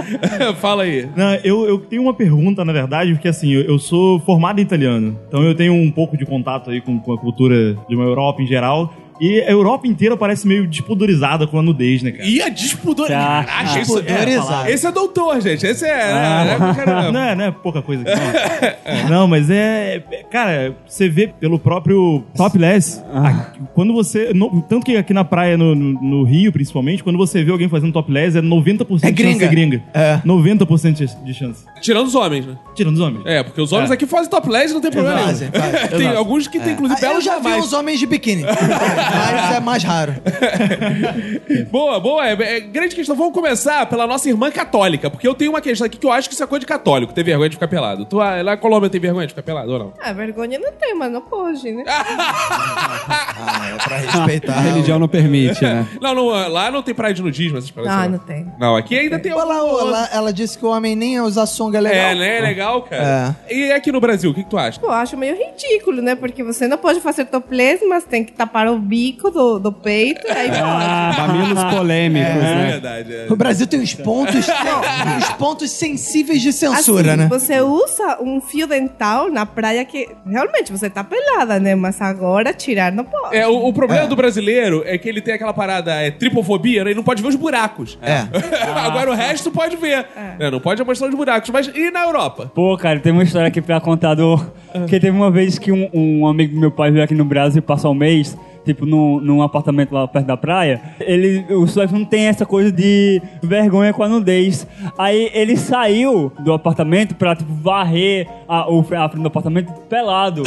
Fala aí. Não, eu, eu tenho uma pergunta, na verdade, porque assim, eu, eu sou formado em italiano, então eu tenho um pouco de contato aí com, com a cultura de uma Europa em geral. E a Europa inteira parece meio despodorizada com a nudez, né, cara? E a dispudor... Tá. Caraca, isso Despodorizado. é... Esse é doutor, gente. Esse é... Ah. é- é- cara- *laughs* Não é, não é pouca coisa. aqui, Não. não, mas é. é- Cara, você vê pelo próprio topless. aqui- quando você. no- tanto que aqui na praia, no, no- no Rio, principalmente, quando você vê alguém fazendo topless, é 90% É de chance de gringa. ser gringa. É. 90% de- de chance. Tirando os homens, né? Tirando os homens. É, porque os homens aqui fazem topless, não tem problema nenhum. É Fazem, fazem. *laughs* Tem alguns que tem, inclusive, Ah, eu belos já vi jamais. uns homens de biquíni. Mas é mais raro. Boa, boa. É, é grande questão. Vamos começar pela nossa irmã católica, porque eu tenho uma questão aqui que eu acho que isso é coisa de católico, ter vergonha de ficar pelado. Tu, ah, lá na Colômbia tem vergonha de ficar pelado ou não? Ah, vergonha não tem, mas não pode, né? Ah, é pra respeitar. A religião não permite, *laughs* né? Não, não, ah, lá não tem praia de nudismo, essas paradas. Ah, não. não tem. não, aqui ainda tem... um- Olha lá, olha lá, ela disse que o homem nem ia usar sunga legal. É, né? É legal, cara. É. E aqui no Brasil, o que, que tu acha? Eu acho meio ridículo, né? Porque você não pode fazer topless, mas tem que tapar o bico do, do peito, aí pode. Ah, Mamilos polêmicos, né? verdade, é. O Brasil tem uns pontos, não, uns pontos sensíveis de censura, Assim, né? Você usa um fio dental na praia que realmente você tá pelada, né? Mas agora tirar não pode. É, o, o problema do brasileiro é que ele tem aquela parada, é tripofobia, né? ele não pode ver os buracos. É. *laughs* Agora o resto pode ver. É, não pode mostrar os buracos. Mas e na Europa? Pô, cara, tem uma história aqui pra contar do. Porque teve uma vez que um, um amigo do meu pai veio aqui no Brasil passar um mês, tipo, num, num apartamento lá perto da praia. Ele, o suéco não tem essa coisa de vergonha com a nudez. Aí ele saiu do apartamento pra, tipo, varrer a, o, a frente do apartamento pelado.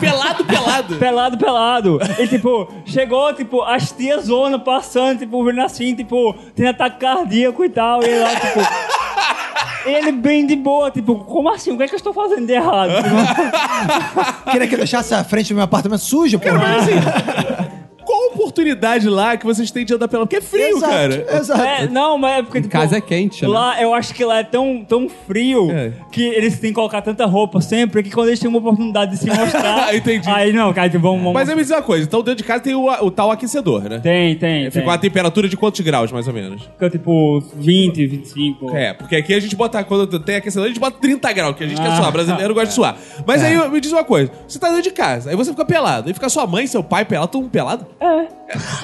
Pelado, *laughs* pelado. Pelado, pelado. E tipo, chegou, tipo, as tias zona passando, tipo, vindo assim, tipo, tem ataque cardíaco e tal. E lá, tipo. Ele bem de boa, tipo, como assim? O que é que eu estou fazendo de errado? Queria que eu deixasse a frente do meu apartamento sujo, pô. Qual oportunidade lá que vocês têm de andar pelado? Porque é frio, Exato, cara. Exato. É, não, mas é porque. Tipo, casa é quente, né? Lá, eu acho que lá é tão, tão frio É. que eles têm que colocar tanta roupa sempre que quando eles têm uma oportunidade de se *laughs* mostrar. Entendi. Aí não, cara, tipo, vamos. vamos- Mas eu me diz uma coisa, então dentro de casa tem o, o tal aquecedor, né? Tem, tem. tem. Ficou a temperatura de quantos graus, mais ou menos? Fica tipo 20, 25. É, porque aqui a gente bota, quando tem aquecedor, a gente bota 30 graus, que a gente quer suar. Brasileiro gosta de suar. Mas aí me diz uma coisa: você tá dentro de casa, aí você fica pelado. Aí fica sua mãe, seu pai pelado, todo mundo pelado.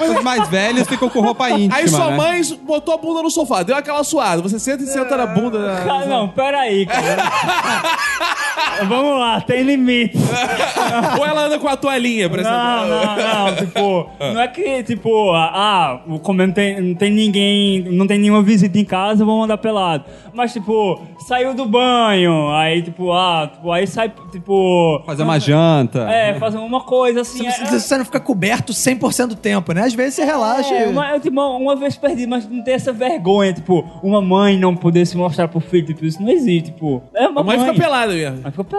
Os mais velhos ficam com roupa íntima, Aí sua né? mãe botou a bunda no sofá, deu aquela suada. Você senta e senta na bunda. Cara, não, peraí, cara. *laughs* Vamos lá, tem limite. Ou ela anda com a toalhinha, por exemplo. Não, não, não, tipo, não é que, tipo, ah, ah, como não tem, não tem ninguém, não tem nenhuma visita em casa, vou mandar pelado. Mas, tipo, saiu do banho, aí, tipo, ah, tipo, aí sai, tipo... Fazer uma janta. É, fazer uma coisa assim. Você, é- precisa- você não fica coberto 100% do tempo, né? Às vezes você relaxa. e- É, uma, eu, tipo, uma vez perdi, mas não tem essa vergonha, tipo, uma mãe não poder se mostrar pro filho, tipo, isso não existe, tipo. É uma A mãe fica pelada mesmo. Mas ficou pelado.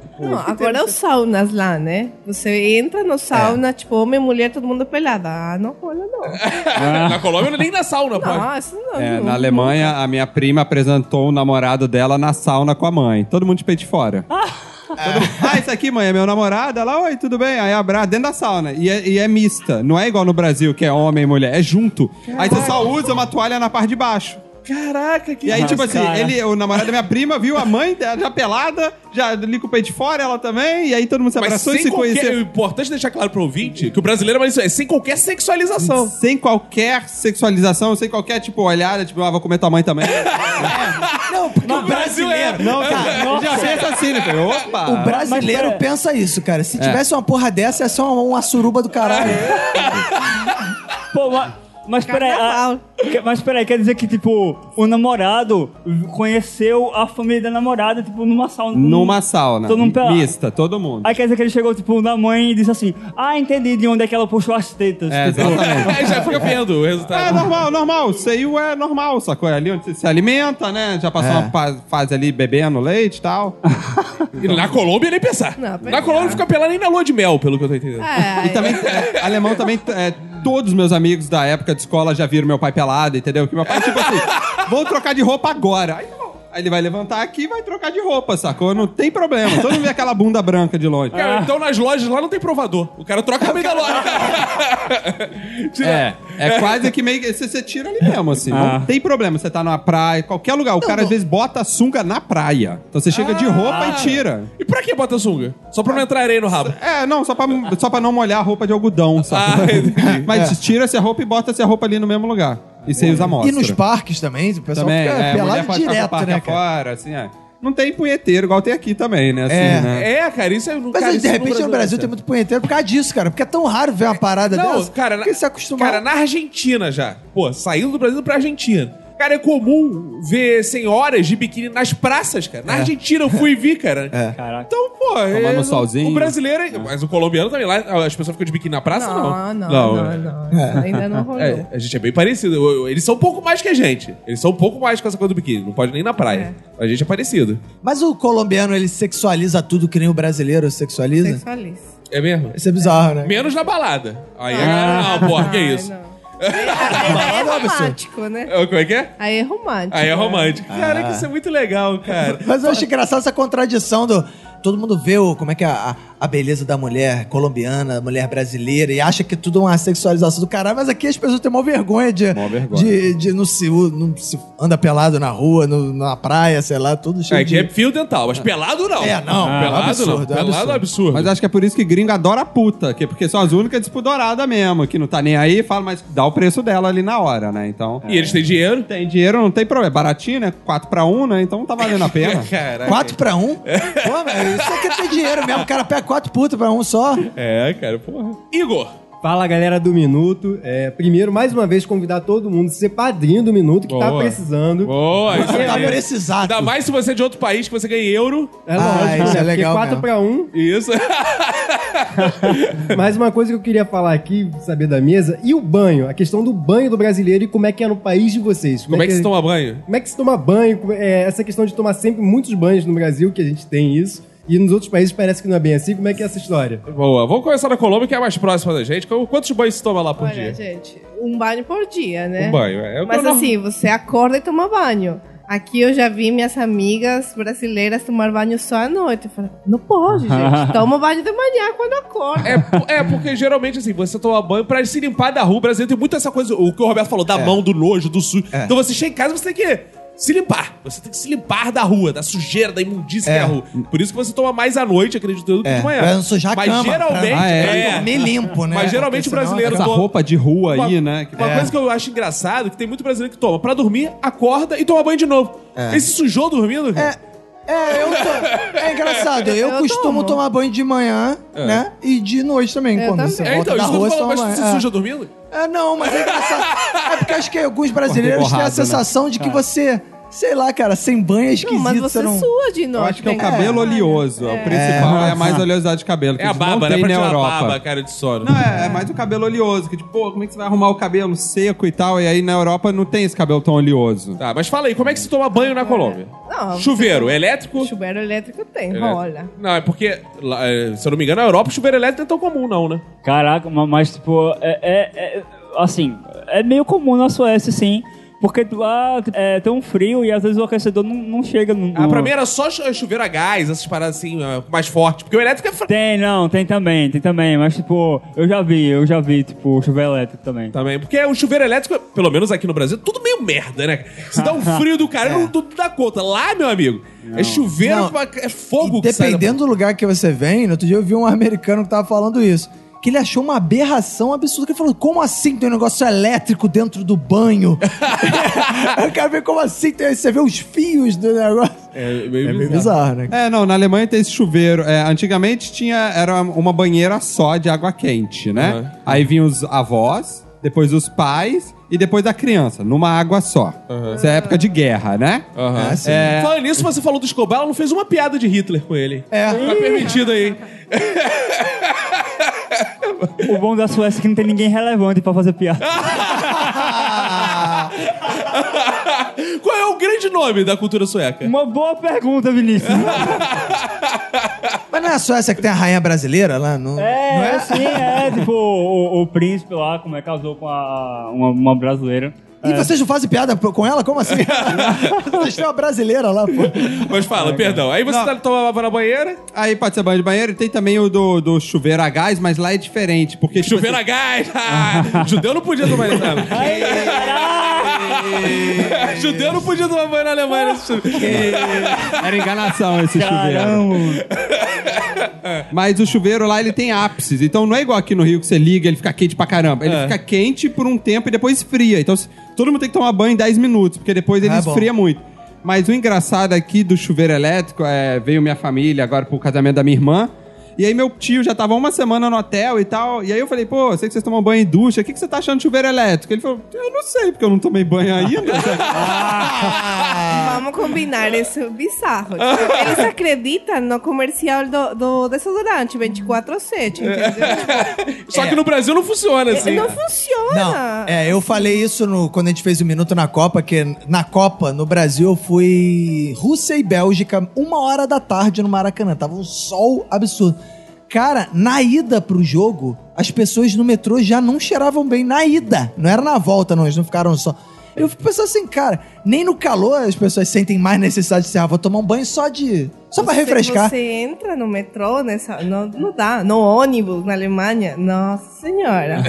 *laughs* Tipo, Não, agora é os saunas lá, né? Você entra no sauna, tipo, homem, mulher, todo mundo pelado. Ah, não rola, não. Na Colômbia, é nem na sauna, pô. Não, isso não. É, não. na Alemanha, a minha prima apresentou o namorado dela na sauna com a mãe. Todo mundo de peito de fora. Ah, ah isso aqui, mãe, é meu namorado. Ela, oi, tudo bem? Aí abraça dentro da sauna. E é, e é mista. Não é igual no Brasil, que é homem e mulher. É junto. Aí você só usa uma toalha na parte de baixo. Caraca, que. E aí, tipo assim, cara. ele, o namorado da minha prima viu a mãe dela já pelada, já ali com o peito de fora, ela também. E aí todo mundo se Mas abraçou e sem se qualquer. O conheceu. importante é deixar claro pro ouvinte que o brasileiro é mais isso, é sem qualquer sexualização. Sem qualquer sexualização, sem qualquer, tipo, olhada, tipo, ah, vou comer tua *laughs* mãe também. Não, porque o brasileiro. brasileiro. *laughs* Não, cara. já pensa assim, né? filho? Opa! O brasileiro Mas, é. pensa isso, cara. Se tivesse uma porra dessa, é só uma, uma suruba do caralho. Pô, mas, mas peraí. Carnaval. a- que- mas peraí, quer dizer que, tipo, o namorado conheceu a família da namorada, tipo, numa sala. Numa sauna. Todo mundo pelado. Mista, todo mundo. Aí quer dizer que ele chegou, tipo, na mãe e disse assim: Ah, entendi de onde é que ela puxou as tetas. É, tipo, exatamente. Aí já fica vendo o É resultado. normal, normal. Seio é normal, sacou? É ali onde você se alimenta, né? Já passou uma fa- fase ali bebendo leite e tal. E na Colômbia, nem pensar. Não, na pensar. Colômbia, não fica pelado nem na lua de mel, pelo que eu tô entendendo. É, E também, é, alemão também, é, todos meus amigos da época de escola já viram meu pai pelado, entendeu? Que meu pai, tipo assim, vou trocar de roupa agora. Aí, não, Aí ele vai levantar aqui e vai trocar de roupa, sacou? Não tem problema. Todo mundo vê aquela bunda branca de longe. Cara, então nas lojas lá não tem provador. O cara troca no meio da loja. *laughs* Tira- É, é quase que meio que você, você tira ali mesmo, assim. Ah. Não tem problema, você tá numa praia, qualquer lugar. O cara às vezes bota a sunga na praia. Então você chega de roupa e tira. E pra que bota sunga? Só pra não entrar areia no rabo. É, não, só pra, só pra não molhar a roupa de *laughs* algodão, sabe? Ah, entendi. Mas tira essa roupa e bota essa roupa ali no mesmo lugar. E você usa amostra. É. E nos parques também, o pessoal também, fica é, mulher pelado pode ficar com o direto, parque né, cara? afora, assim, é. Não tem punheteiro, igual tem aqui também, né? Assim, É. né? É, cara, isso é... né? Mas cara, de isso repente no Brasil tem muito punheteiro por causa disso, cara. Porque é tão raro ver uma parada Não, dessa. cara, Porque é na- se acostumar. Cara, na Argentina já. Pô, saindo do Brasil pra Argentina. Cara, é comum ver senhoras de biquíni nas praças, cara. Na Argentina eu fui e vi, cara. É. Caraca. Então, pô. Tomando é- solzinho. O brasileiro. é- Mas o colombiano também. Lá as pessoas ficam de biquíni na praça, não? Não, não, não, é- não. Ainda não rolou. é, a gente é bem parecido. Eu- eu- Eles são um pouco mais que a gente. Eles são um pouco mais com essa coisa do biquíni. Não pode nem ir na praia. A gente é parecido. Mas o colombiano, ele sexualiza tudo que nem o brasileiro sexualiza? Sexualista. É mesmo? Isso é bizarro, né? Menos na balada. Aí a Ah. galera, não, porra, que Ah. Ai, isso? não. Aí é romântico, né? É, Como é que é? Aí é romântico. Aí é romântico. Cara, que isso é muito legal, cara. Mas eu acho engraçado essa contradição do. Todo mundo vê o, como é que é a, a beleza da mulher colombiana, da mulher brasileira, e acha que tudo é uma sexualização do caralho, mas aqui as pessoas têm maior vergonha de. Mó vergonha. De, de não, se, não se anda pelado na rua, no- na praia, sei lá, tudo cheio É que de. é fio dental, mas pelado não. Ah. É, não, pelado absurdo, não. Pelado absurdo. é absurdo. Mas acho que é por isso que gringo adora a puta, que é porque são as únicas despodoradas mesmo, que não tá nem aí, fala, mas dá o preço dela ali na hora, né? Então. E eles têm dinheiro? Tem dinheiro, não tem problema. É baratinho, né? 4 pra 1, né? Então *laughs* tá valendo a pena. Caraca. 4 pra 1? Um? É. Pô, mas isso aqui tem dinheiro mesmo, o cara pega 4 putas pra um só. É, cara, porra. Igor. Fala galera do Minuto. É, primeiro, mais uma vez, convidar todo mundo a ser padrinho do Minuto que tá Boa. precisando. Boa, isso Tá aí. precisado. é. Ainda mais se você é de outro país que você ganha em euro. É Ah, isso é legal Porque 4 mesmo. pra 1. Isso. *laughs* Mas uma coisa que eu queria falar aqui, saber da mesa, e o banho. A questão do banho do brasileiro e como é que é no país de vocês. Como é que se toma banho? Como é que se toma banho? Como- é, essa questão de tomar sempre muitos banhos no Brasil, que a gente tem isso, e nos outros países parece que não é bem assim. Como é que é essa história? Boa, vamos começar na Colômbia, que é a mais próxima da gente. Qu- Quantos banhos se toma lá por Olha, dia? gente, um banho por dia, né? Um banho, é o que eu Mas não- assim, você acorda e toma banho. Aqui eu já vi minhas amigas brasileiras tomar banho só à noite. Eu falei, não *laughs* pode, gente. Toma banho de manhã quando acorda. É, po- é, porque geralmente, assim, você toma banho pra se limpar da rua. O brasileiro tem muito essa coisa, o que o Roberto falou, da É. mão, do nojo, do sujo. Então você chega em casa, você tem que se limpar. Você tem que se limpar da rua, da sujeira, da imundícia que é a rua. Por isso que você toma mais à noite, acredito eu, do que É, de manhã. pra não Ah, sujar a Mas cama. geralmente... pra, é, pra dormir limpo, né? Mas geralmente o Porque senão- brasileiro Essa toma- roupa de rua Uma- É. aí, né? Que- Uma coisa que eu acho engraçado é que tem muito brasileiro que toma pra dormir, acorda e toma banho de novo. Ele se sujou dormindo, cara. É, eu tô... é engraçado. Eu, Eu costumo tomo. tomar banho de manhã, né? E de noite também. Eu quando também. você É, volta então, da isso que eu rua, tô você falando, toma mas tu banho. se É. suja dormindo? É, não, mas é engraçado. É porque acho que alguns brasileiros têm a borrado, né? sensação de que É. você, sei lá, cara, sem banho é esquisito. Não, mas você você não... sua de noite. Eu né? acho que é o tem cabelo tomar banho. oleoso. É. O É. principal é a mais oleosidade de cabelo. Que É a eles não baba, né? têm Pra na tirar a Europa. baba, cara, de sono. Não, é, é mais o cabelo oleoso, que tipo, pô, como é que você vai arrumar o cabelo seco e tal? E aí na Europa não tem esse cabelo tão oleoso. Tá, mas fala aí, como é que se toma banho na Colômbia? Não, você- chuveiro, elétrico? Chuveiro elétrico tem, Elétrico. rola. Não, é porque, lá, é, se eu não me engano, na Europa o chuveiro elétrico não é tão comum, não, né? *laughs* Caraca, ma- mas tipo, é, é- é- assim, é meio comum na Suécia, sim. Porque lá é tão frio e às vezes o aquecedor não, não chega no. Ah, no- pra mim era só chu- chuveiro a gás, essas paradas assim, ah, mais forte. Porque o elétrico é fraco. Tem, não, tem também, tem também. Mas tipo, eu já vi, eu já vi, tipo, chuveiro elétrico também. Também, porque o chuveiro elétrico, pelo menos aqui no Brasil, é tudo meio merda, né? Se *laughs* dá um frio do cara, não, tu- tu dá conta. Lá, meu amigo, é chuveiro, É. Não. pra- é fogo E que sai da- dependendo do lugar que você vem, no outro dia eu vi um americano que tava falando isso. Que ele achou uma aberração absurda. Que ele falou: como assim tem um negócio elétrico dentro *laughs* do banho? *laughs* eu quero ver como assim tem. Você vê os fios do negócio. É meio É bizarro. meio bizarro, né? É, não, na Alemanha tem esse chuveiro. É, antigamente tinha, era uma banheira só de água quente, né? Aham. Aí vinham os avós, depois os pais e depois a criança, numa água só. Isso é época de guerra, né? Aham. É, sim. Falando nisso, você falou do Escobar, ela não fez uma piada de Hitler com ele. É. Tá permitido aí. *laughs* O bom da Suécia é que não tem ninguém relevante pra fazer piada. Qual é o grande nome da cultura sueca? Uma boa pergunta, Vinícius. Mas não é só essa que tem a rainha brasileira lá? Não É, não é? sim, é. Tipo, o, o príncipe lá, como é, casou com a, uma, uma brasileira. E vocês não fazem piada p- com ela? Como assim? vocês têm uma brasileira lá, pô. Mas fala, perdão. Aí você tá- tomava na banheira, Aí pode ser banho de banheiro. E tem também o do, do chuveiro a gás, mas lá é diferente. Porque tipo chuveiro a gás. *laughs* Ah, Judeu não podia tomar banho na *laughs* Alemanha. *laughs* Judeu não podia tomar banho na Alemanha. nesse chuveiro. assim, Era enganação esse chuveiro. Caramba. Mas o chuveiro lá, ele tem ápices. Então não é igual aqui no Rio que você liga ele fica quente pra caramba. É. Ele fica quente por um tempo e depois esfria. Então se- todo mundo tem que tomar banho em 10 minutos, porque depois ele Ah, bom. esfria muito. Mas o engraçado aqui do chuveiro elétrico é... Veio minha família agora pro casamento da minha irmã. E aí meu tio já tava uma semana no hotel e tal. E aí eu falei, pô, sei que vocês tomam banho e ducha. O que, que você tá achando de chuveiro elétrico? Ele falou, eu não sei, porque eu não tomei *laughs* banho ainda. Vamos combinar isso, bizarro. Tipo, Eles acreditam no comercial do, do desodorante 24-7, entendeu? Só que no Brasil não funciona assim. Não Não, funciona. é, eu falei isso no- quando a gente fez o Minuto na Copa, que na Copa, no Brasil, eu fui Rússia e Bélgica, uma hora da tarde no Maracanã. Tava um sol absurdo. Cara, na ida pro jogo, as pessoas no metrô já não cheiravam bem na ida. Não era na volta, não, eles não ficaram só. Eu fico pensando assim, cara, nem no calor as pessoas sentem mais necessidade de ser, ah, vou tomar um banho só de. só pra Você- refrescar. Você entra no metrô, nessa, não, não dá. No ônibus, na Alemanha. Nossa senhora.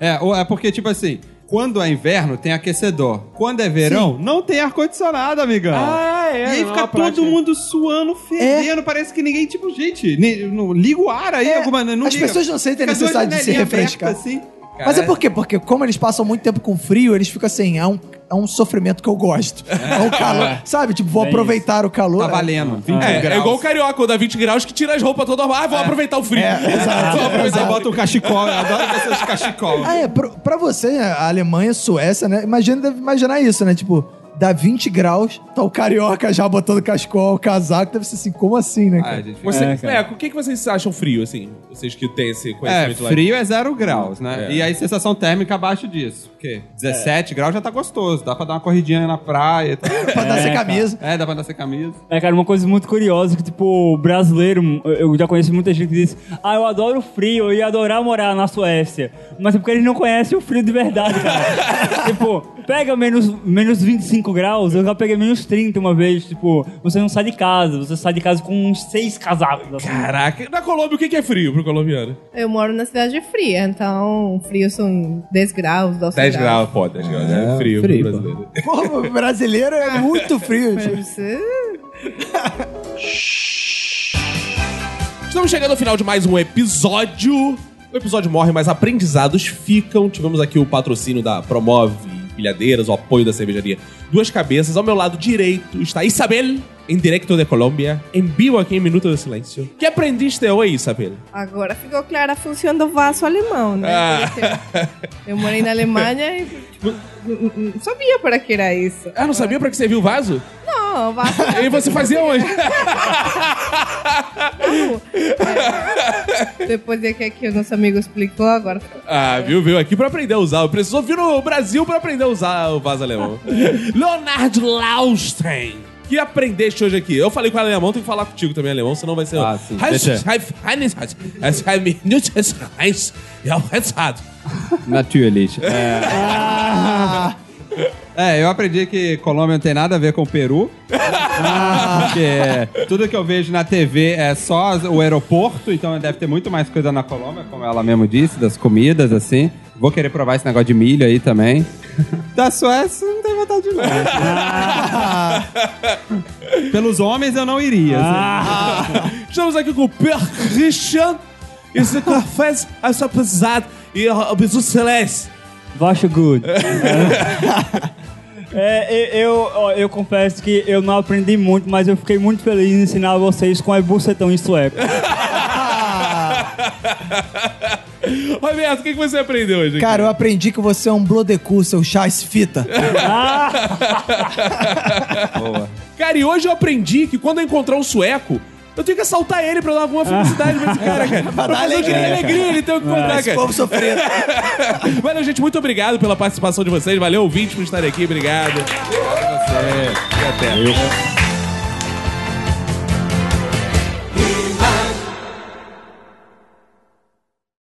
é, ou- é porque, tipo assim, quando é inverno, tem aquecedor. Quando é verão, não tem ar-condicionado, amigão. Ah, é. e aí não, fica a todo prática. mundo suando, fedendo. Parece que ninguém, tipo, gente, ni- não- liga o ar aí É, alguma não as liga. pessoas não sentem Fica né, duas necessidade de se janelinhas refrescar. abertas, assim. Mas é por quê? Porque como eles passam muito tempo com frio, eles ficam assim, é um, é um sofrimento que eu gosto. É um calor, sabe? Tipo, vou aproveitar o calor. Tá valendo. 21 É, graus. é igual o carioca, o da 20 graus, que tira as roupas toda hora. Ah, vou aproveitar o frio. *laughs* Vou Aí aproveitar bota o cachecol. Eu adoro ver seus cachecol. Ah, é, pro- pra você, né, a Alemanha, Suécia, né? Imagina, deve imaginar isso, né? Tipo, dá 20 graus, tá o carioca já botando cascol, casaco, deve ser assim, como assim, né? Ah, cara? gente, Você, É, é, cara. o que, que vocês acham frio, assim? Vocês que têm esse É, conhecimento lá. frio é zero graus, né? É. E aí sensação térmica abaixo disso. O quê? É. 17 graus já tá gostoso. Dá pra dar uma corridinha na praia *laughs* e tal. pra dar essa camisa. É, dá pra andar sem camisa. É, cara, uma coisa muito curiosa que, tipo, brasileiro, eu já conheço muita gente que diz, ah, eu adoro o frio, eu ia adorar morar na Suécia. Mas é porque eles não conhecem o frio de verdade, cara. tipo, pega menos, menos 25 graus, eu já peguei menos 30 uma vez, tipo, você não sai de casa, você sai de casa com uns seis casacos. assim. Caraca, na Colômbia, o que, que é frio pro colombiano? Eu moro na cidade fria, então frio são 10 graus, 12 10 graus, pô, 10 graus. É, frio, pro brasileiro. Pô, o brasileiro é muito frio. tipo. É. Estamos chegando ao final de mais um episódio. O episódio morre, mas aprendizados ficam. Tivemos aqui o patrocínio da Promove Pilhadeiras, o apoio da cervejaria Duas Cabeças. Ao meu lado direito está Isabel, em direto de Colômbia, em vivo aqui em Minuto do Silêncio. Que aprendiste hoje, Isabel? Agora ficou clara a função do vaso alemão, né? Ah. Porque Eu morei na Alemanha e tipo, n- n- não sabia para que era isso. *laughs* Ah, não sabia pra que serviu o vaso? Não, o vaso E você fazia onde? depois de que aqui o nosso amigo explicou, agora *laughs* Ah, viu, viu? Aqui pra aprender a usar. Eu preciso vir no Brasil pra aprender a usar o vaso alemão. *laughs* Leonardo Laustein. Que aprendeste hoje aqui? Eu falei com o alemão, tem que falar contigo também, alemão, senão vai ser. Ah, sim. *laughs* Natürlich. É. É, eu aprendi que Colômbia não tem nada a ver com o Peru. Ah. *laughs* Porque tudo que eu vejo na TV é só o aeroporto, então deve ter muito mais coisa na Colômbia, como ela mesmo disse, das comidas, assim. Vou querer provar esse negócio de milho aí também. *laughs* Da Suécia, não tem vontade de não. Ah. Pelos homens, eu não iria. assim. Estamos aqui com o Per Christian. Esse café é só pesado. E o bisu celeste. Vasco good. É, e- eu, ó, eu confesso que eu não aprendi muito, mas eu fiquei muito feliz em ensinar vocês com é bucetão em sueco. Roberto, o que que você aprendeu hoje? aqui? Cara, eu aprendi que você é um blodecu, seu chás fita. Cara, e hoje eu aprendi que quando eu encontrar um sueco, eu tenho que assaltar ele pra dar alguma felicidade pra esse *laughs* cara, cara. Pra É, dar fazer ele ter alegria, É, alegria, ele tem que comprar, Esse cara. povo tá- sofrendo. Valeu, gente, muito obrigado pela participação de vocês. Valeu, ouvintes, por estarem aqui. Obrigado. E até.